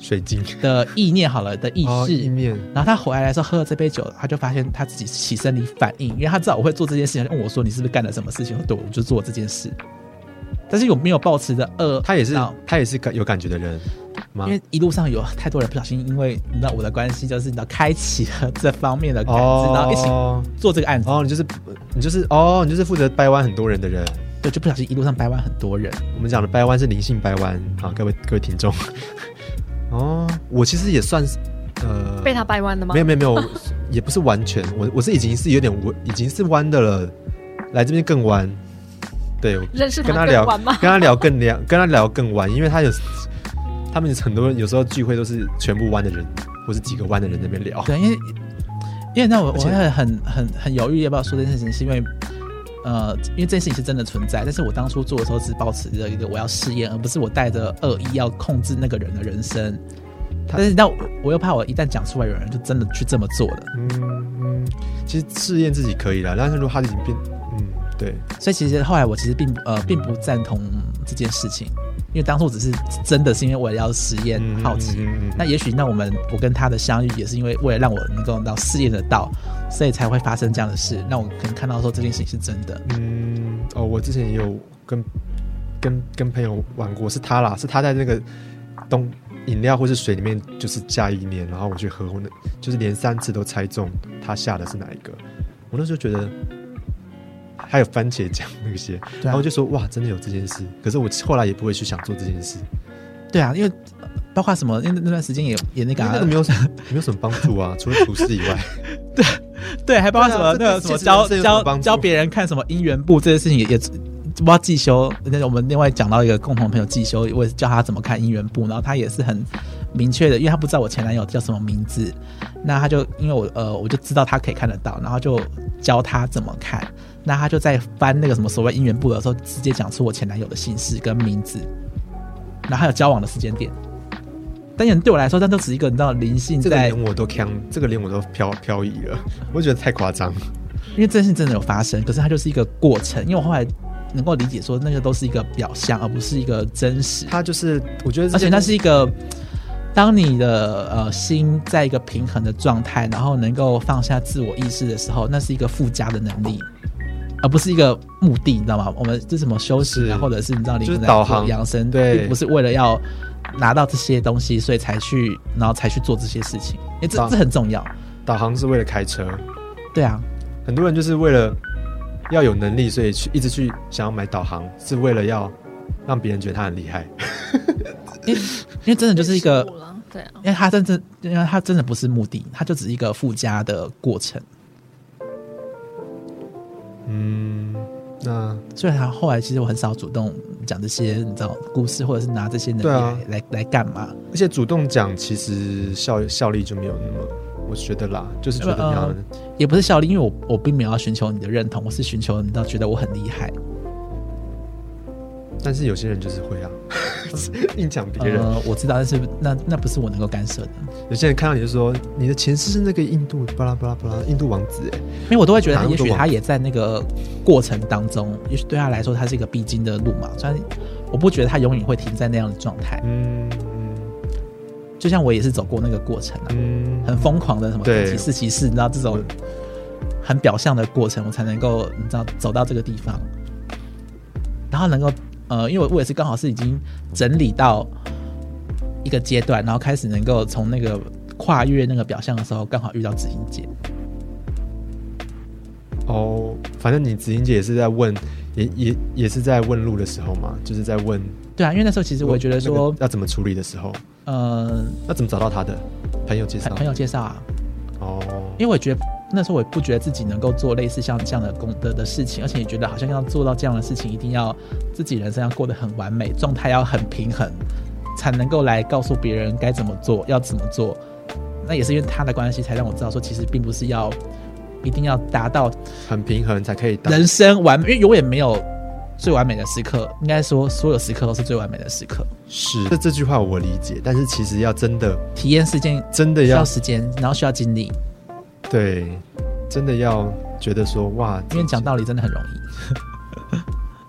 [SPEAKER 1] 水晶
[SPEAKER 2] 的意念好了的意
[SPEAKER 1] 哦意
[SPEAKER 2] 识。
[SPEAKER 1] 念，
[SPEAKER 2] 然后他回来的时候喝了这杯酒，他就发现他自己起生理反应，因为他知道我会做这件事情，他就问我说你是不是干了什么事情？我说对，我就做这件事。但是有没有抱持着恶？
[SPEAKER 1] 他也是
[SPEAKER 2] 然后
[SPEAKER 1] 他也是感有感觉的人吗
[SPEAKER 2] 因？为一路上有太多人不小心，因为你知道我的关系，就是你知道开启了这方面的感知，然后一起
[SPEAKER 1] 哦，
[SPEAKER 2] 做这个案子，
[SPEAKER 1] 哦，你就是你就是哦，你就是负责掰弯很多人的人。
[SPEAKER 2] 对，就不小心一路上掰弯很多人。
[SPEAKER 1] 我们讲的掰弯是灵性掰弯，好，各位各位听众。 哦，我其实也算是呃，
[SPEAKER 3] 被他掰弯的吗
[SPEAKER 1] 没？有没有没有，我也不是完全，我我是已经是有点我已经是弯的了，来这边更弯。对，我
[SPEAKER 3] 认识
[SPEAKER 1] 跟
[SPEAKER 3] 他
[SPEAKER 1] 他
[SPEAKER 3] 更
[SPEAKER 1] 聊
[SPEAKER 3] 晚吗？
[SPEAKER 1] 跟他聊更聊，跟他聊更弯，因为他有他们很多人有时候聚会都是全部弯的人，或是几个弯的人在那边聊。
[SPEAKER 2] 对，因为因为那我我
[SPEAKER 1] 哦而且
[SPEAKER 2] 会很很很犹豫要不要说这件事情，是因为呃，因为这件事情是真的存在，但是我当初做的时候是保持着一个我要试验，而不是我带着恶意要控制那个人的人生。但是那我我又怕我一旦讲出来，有人就真的去这么做了。
[SPEAKER 1] 嗯嗯，其实试验自己可以了，但是如果他已经变，嗯，对，
[SPEAKER 2] 所以其实后来我其实并不呃并不赞同这件事情，因为当初我只是真的是因为我要实验
[SPEAKER 1] 嗯
[SPEAKER 2] 好奇。
[SPEAKER 1] 嗯嗯嗯嗯
[SPEAKER 2] 那也许，那我们我跟他的相遇也是因为为了让我能够到试验得到，所以才会发生这样的事。那我可能看到说这件事情是真的，
[SPEAKER 1] 嗯，哦，我之前也有跟跟跟朋友玩过，是他啦，是他在那个东饮料或是水里面就是加意念，然后我去喝，我那就是连三次都猜中他下的是哪一个，我那时候觉得。还有番茄酱那些，
[SPEAKER 2] 对
[SPEAKER 1] 然
[SPEAKER 2] 啊
[SPEAKER 1] 后我就说哇，真的有这件事。可是我后来也不会去想做这件事，
[SPEAKER 2] 对啊，因为呃包括什么，因为那段时间也也那个、
[SPEAKER 1] 因为
[SPEAKER 2] 啊
[SPEAKER 1] 那个，没有什 么没有什么帮助啊，除了厨师以外。
[SPEAKER 2] 对，还包括什么、
[SPEAKER 1] 对
[SPEAKER 2] 那
[SPEAKER 1] 啊
[SPEAKER 2] 个什
[SPEAKER 1] 这
[SPEAKER 2] 么
[SPEAKER 1] 这
[SPEAKER 2] 教
[SPEAKER 1] 这有什么帮
[SPEAKER 2] 教
[SPEAKER 1] 助
[SPEAKER 2] 教别人看什么姻缘簿这些事情也也不知道季修，那我们另外讲到一个共同朋友季修，我也是教他怎么看姻缘簿，然后他也是很明确的，因为他不知道我前男友叫什么名字，那他就因为我呃我就知道他可以看得到，然后就教他怎么看，那他就在翻那个什么所谓姻缘簿的时候，直接讲出我前男友的姓氏跟名字，然后还有交往的时间点。但也对我来说，那都只是一个你知道灵性
[SPEAKER 1] 这个
[SPEAKER 2] 在
[SPEAKER 1] 连我都呛，这个连我都飘飘移了，我觉得太夸张。
[SPEAKER 2] 因为这件事真的有发生，可是它就是一个过程。因为我后来能够理解说，那个都是一个表象，而不是一个真实。
[SPEAKER 1] 他就是，我觉得这
[SPEAKER 2] 而且那
[SPEAKER 1] 东
[SPEAKER 2] 是一个，当你的呃心在一个平衡的状态，然后能够放下自我意识的时候，那是一个附加的能力，而不是一个目的，你知道吗？我们这什么修行啊，
[SPEAKER 1] 是
[SPEAKER 2] 或者是你知道灵
[SPEAKER 1] 就是
[SPEAKER 2] 魂在
[SPEAKER 1] 导
[SPEAKER 2] 做
[SPEAKER 1] 航
[SPEAKER 2] 养生，
[SPEAKER 1] 对
[SPEAKER 2] 并不是为了要拿到这些东西，所以才去，然后才去做这些事情。因为这
[SPEAKER 1] 导
[SPEAKER 2] 这很重要，
[SPEAKER 1] 导航是为了开车，
[SPEAKER 2] 对啊。
[SPEAKER 1] 很多人就是为了要有能力，所以去一直去想要买导航，是为了要让别人觉得他很厉害。
[SPEAKER 2] 因为真的就是一个
[SPEAKER 3] 被羞辱了对啊，
[SPEAKER 2] 因为它真正，因为它真的不是目的，它就只是一个附加的过程。
[SPEAKER 1] 嗯，那
[SPEAKER 2] 虽然他后来其实我很少主动讲这些，你知道故事，或者是拿这些能力
[SPEAKER 1] 对
[SPEAKER 2] 来、
[SPEAKER 1] 啊
[SPEAKER 2] 来来干嘛？
[SPEAKER 1] 而且主动讲，其实效效力就没有那么，我觉得啦，就是觉得你要
[SPEAKER 2] 呃也不是效力，因为我我并没有要寻求你的认同，我是寻求你到觉得我很厉害。
[SPEAKER 1] 但是有些人就是会啊，硬讲别人。
[SPEAKER 2] 呃，我知道，但是那那不是我能够干涉的，
[SPEAKER 1] 有些人看到你就说你的前世是那个印度巴拉巴拉巴拉印度王子哎，
[SPEAKER 2] 因为我都会觉
[SPEAKER 1] 哪
[SPEAKER 2] 得，
[SPEAKER 1] 那么
[SPEAKER 2] 也
[SPEAKER 1] 多
[SPEAKER 2] 许
[SPEAKER 1] 网
[SPEAKER 2] 他也在那个过程当中，也许对他来说，他是一个必经的路嘛。虽然我不觉得他永远会停在那样的状态，
[SPEAKER 1] 嗯
[SPEAKER 2] 就像我也是走过那个过程啊，
[SPEAKER 1] 嗯
[SPEAKER 2] 很疯狂的什么
[SPEAKER 1] 对
[SPEAKER 2] 骑士骑士，你知道这种
[SPEAKER 1] 嗯
[SPEAKER 2] 很表象的过程，我才能够你知道走到这个地方，然后能够呃，因为我我也是刚好是已经整理到一个阶段，然后开始能够从那个跨越那个表象的时候，刚好遇到子英姐，
[SPEAKER 1] 哦，反正你子英姐也是在问，也也也是在问路的时候嘛，就是在问，
[SPEAKER 2] 对啊，因为那时候其实我也觉得说，
[SPEAKER 1] 要怎么处理的时候，
[SPEAKER 2] 呃，
[SPEAKER 1] 要怎么找到他的朋友介
[SPEAKER 2] 朋
[SPEAKER 1] 绍
[SPEAKER 2] 朋友介绍啊，
[SPEAKER 1] 哦，
[SPEAKER 2] 因为我觉得那时候我也不觉得自己能够做类似像这样的工的的事情，而且也觉得好像要做到这样的事情，一定要自己人生要过得很完美，状态要很平衡，才能够来告诉别人该怎么做，要怎么做。那也是因为他的关系，才让我知道说，其实并不是要一定要达到
[SPEAKER 1] 很平衡才可以打
[SPEAKER 2] 人生完美，因为永远没有最完美的时刻，应该说所有时刻都是最完美的时刻。
[SPEAKER 1] 是这这句话我理解，但是其实要真的
[SPEAKER 2] 体验是件
[SPEAKER 1] 真的
[SPEAKER 2] 需
[SPEAKER 1] 要
[SPEAKER 2] 要时间，然后需要精力，
[SPEAKER 1] 对，真的要觉得说哇，
[SPEAKER 2] 因为讲道理真的很容易。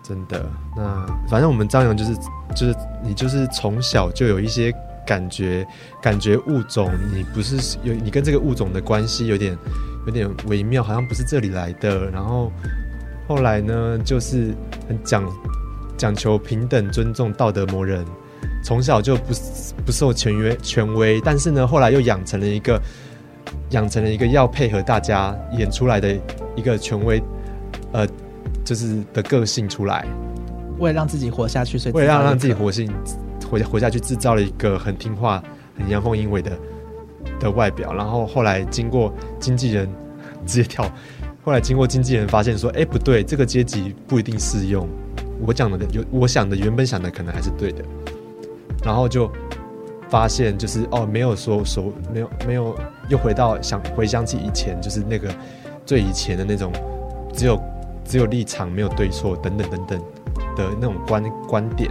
[SPEAKER 1] 真的，那反正我们张扬就是就是你就是从小就有一些感觉，感觉物种你不是有你跟这个物种的关系有点有点微妙，好像不是这里来的。然后后来呢，就是很讲讲求平等、尊重、道德磨人，从小就不不受权威权威，但是呢，后来又养成了一个养成了一个要配合大家演出来的一个权威，呃，就是的个性出来。
[SPEAKER 2] 为了让自己活下去，所以
[SPEAKER 1] 为了
[SPEAKER 2] 知
[SPEAKER 1] 让
[SPEAKER 2] 道
[SPEAKER 1] 让自己
[SPEAKER 2] 可
[SPEAKER 1] 活性活活下去，制造了一个很听话、很阳奉阴违的的外表。然后后来经过经纪人直接跳，后来经过经纪人发现说，哎，不对，这个阶级不一定适用。我讲的有我想的原本想的可能还是对的，然后就发现就是哦，没有说所没有没有又回到想回想起以前就是那个最以前的那种只有只有立场没有对错等等等等的那种观观点，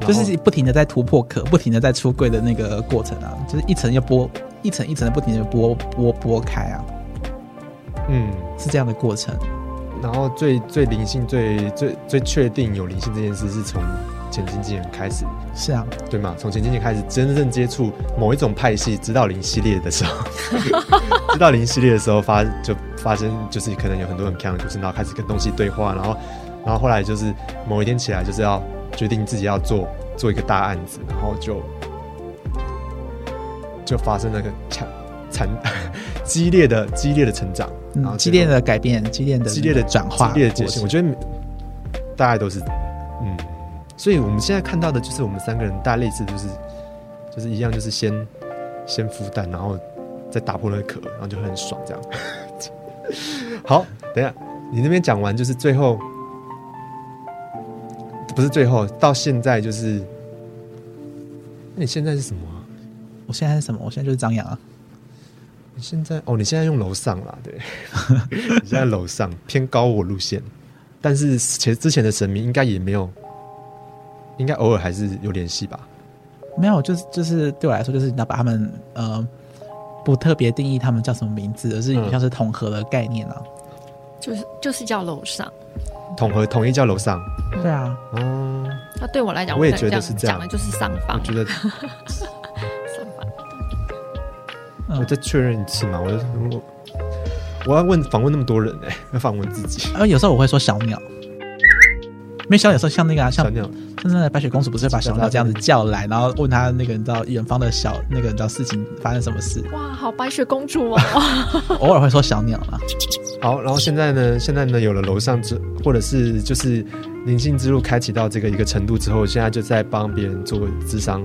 [SPEAKER 1] 然
[SPEAKER 2] 就
[SPEAKER 1] 后
[SPEAKER 2] 是不停的在突破壳，不停的在出柜的那个过程啊，就是一层又剥，一层一层的不停的剥剥剥开啊，
[SPEAKER 1] 嗯，
[SPEAKER 2] 是这样的过程。
[SPEAKER 1] 然后最最灵性最最最确定有灵性这件事是从前经纪人开始，
[SPEAKER 2] 是啊，
[SPEAKER 1] 对吗？从前经纪人开始真正接触某一种派系，直到零系列的时候， 直到零系列的时候发就发生，就是可能有很多很强的故事，然后开始跟东西对话，然后然后后来就是某一天起来就是要决定自己要做做一个大案子，然后就就发生那个惨惨 激烈的激烈的成长，然后
[SPEAKER 2] 嗯，激
[SPEAKER 1] 最
[SPEAKER 2] 烈
[SPEAKER 1] 后
[SPEAKER 2] 的改变，激烈的
[SPEAKER 1] 激烈的
[SPEAKER 2] 转化，
[SPEAKER 1] 激烈的解析，我觉得大概都是，嗯，所以我们现在看到的就是我们三个人大概类似，就是就是一样，就是先先孵蛋，然后再打破那个壳，然后就很爽这样。 好，等一下，你那边讲完就是最后，不是最后，到现在就是，那你现在是什么啊、
[SPEAKER 2] 我现在是什么？我现在就是张扬啊，
[SPEAKER 1] 你现在哦，你现在用楼上啦，对， 你现在楼上偏高我路线，但是前之前的神明应该也没有，应该偶尔还是有联系吧？
[SPEAKER 2] 没有，就是就是对我来说，就是你要把他们呃不特别定义他们叫什么名字，而是
[SPEAKER 1] 嗯
[SPEAKER 2] 像是统合的概念啊。
[SPEAKER 3] 就是就是叫楼上。
[SPEAKER 1] 统合统一叫楼上
[SPEAKER 2] 对啊，
[SPEAKER 1] 哦，
[SPEAKER 3] 那对我来讲，
[SPEAKER 1] 我也
[SPEAKER 3] 在
[SPEAKER 1] 觉得是这样
[SPEAKER 3] 讲的就是上
[SPEAKER 1] 我
[SPEAKER 3] 方，
[SPEAKER 1] 觉得
[SPEAKER 3] 上方。
[SPEAKER 2] 嗯
[SPEAKER 1] 我再确认一次嘛，我就我我要问访问那么多人哎、要访问自己
[SPEAKER 2] 呃，有时候我会说小鸟，没有小鸟有时候像那个啊，像
[SPEAKER 1] 小鸟，
[SPEAKER 2] 真正的白雪公主不是会把小鸟这样子叫来，然后问她那个你知道远方的小那个你知道事情发生什么事？
[SPEAKER 3] 哇，好白雪公主哦！
[SPEAKER 2] 偶尔会说小鸟啦，
[SPEAKER 1] 好，然后现在呢，现在呢有了楼上之，或者是就是灵性之路开启到这个一个程度之后，现在就在帮别人做智商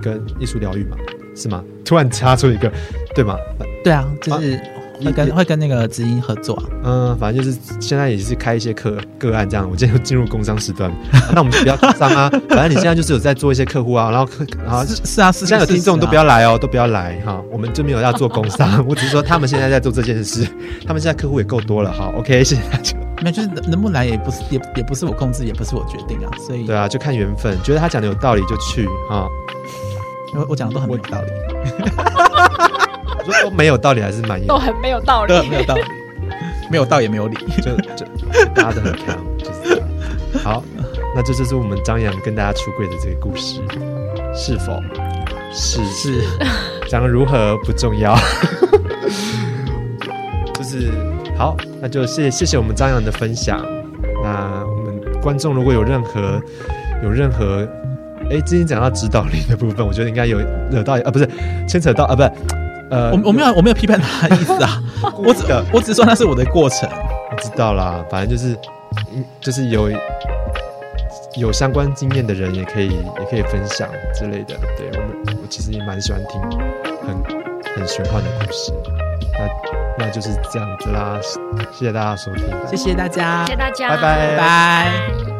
[SPEAKER 1] 跟艺术疗愈嘛，是吗？突然插出一个，对吗？
[SPEAKER 2] 对啊，就是会跟会跟那个知音合作啊。
[SPEAKER 1] 嗯，反正就是现在也是开一些课个案这样。我今天进入工商时段， 那我们就不要上啊。反正你现在就是有在做一些客户啊，然后客然后
[SPEAKER 2] 是是啊，是
[SPEAKER 1] 现在有听众都不，要
[SPEAKER 2] 是
[SPEAKER 1] 来哦，都不要来哈。我们就没有要做工商， 我只是说他们现在在做这件事，他们现在客户也够多了。好，OK，谢谢大家。
[SPEAKER 2] 啊没有，就是能能不能来也不是也也不是我控制，也不是我决定啊。所以
[SPEAKER 1] 对啊，就看缘分，觉得他讲的有道理就去哈。
[SPEAKER 2] 我我讲的都很没有道理，
[SPEAKER 1] 如果都没有道理还是蛮
[SPEAKER 3] 都很没 有道理
[SPEAKER 1] 啊
[SPEAKER 2] 都。很没有道理， 没有道也没有理。
[SPEAKER 1] 就就大家都很强，就是这样。好，那这就是我们张扬跟大家出柜的这个故事，是否是
[SPEAKER 2] 是，
[SPEAKER 1] 讲得如何不重要， 就是好，那就谢谢谢我们张扬的分享。那我们观众如果有任何有任何，哎，之前讲到指导力的部分，我觉得应该有惹到啊，不是牵扯到啊，不是呃，
[SPEAKER 2] 我我没有我没有批判他的意思 啊，我只
[SPEAKER 1] 的
[SPEAKER 2] 我只是说那是我的过程。
[SPEAKER 1] 我知道啦，反正就是，嗯，就是有有相关经验的人也可以也可以分享之类的。对我们，我其实也蛮喜欢听很很玄幻的故事。那那就是这样子啦，谢谢大家收听，啊
[SPEAKER 2] 谢谢大家，
[SPEAKER 3] 谢谢大家，
[SPEAKER 1] 拜拜
[SPEAKER 2] 拜拜。
[SPEAKER 3] 拜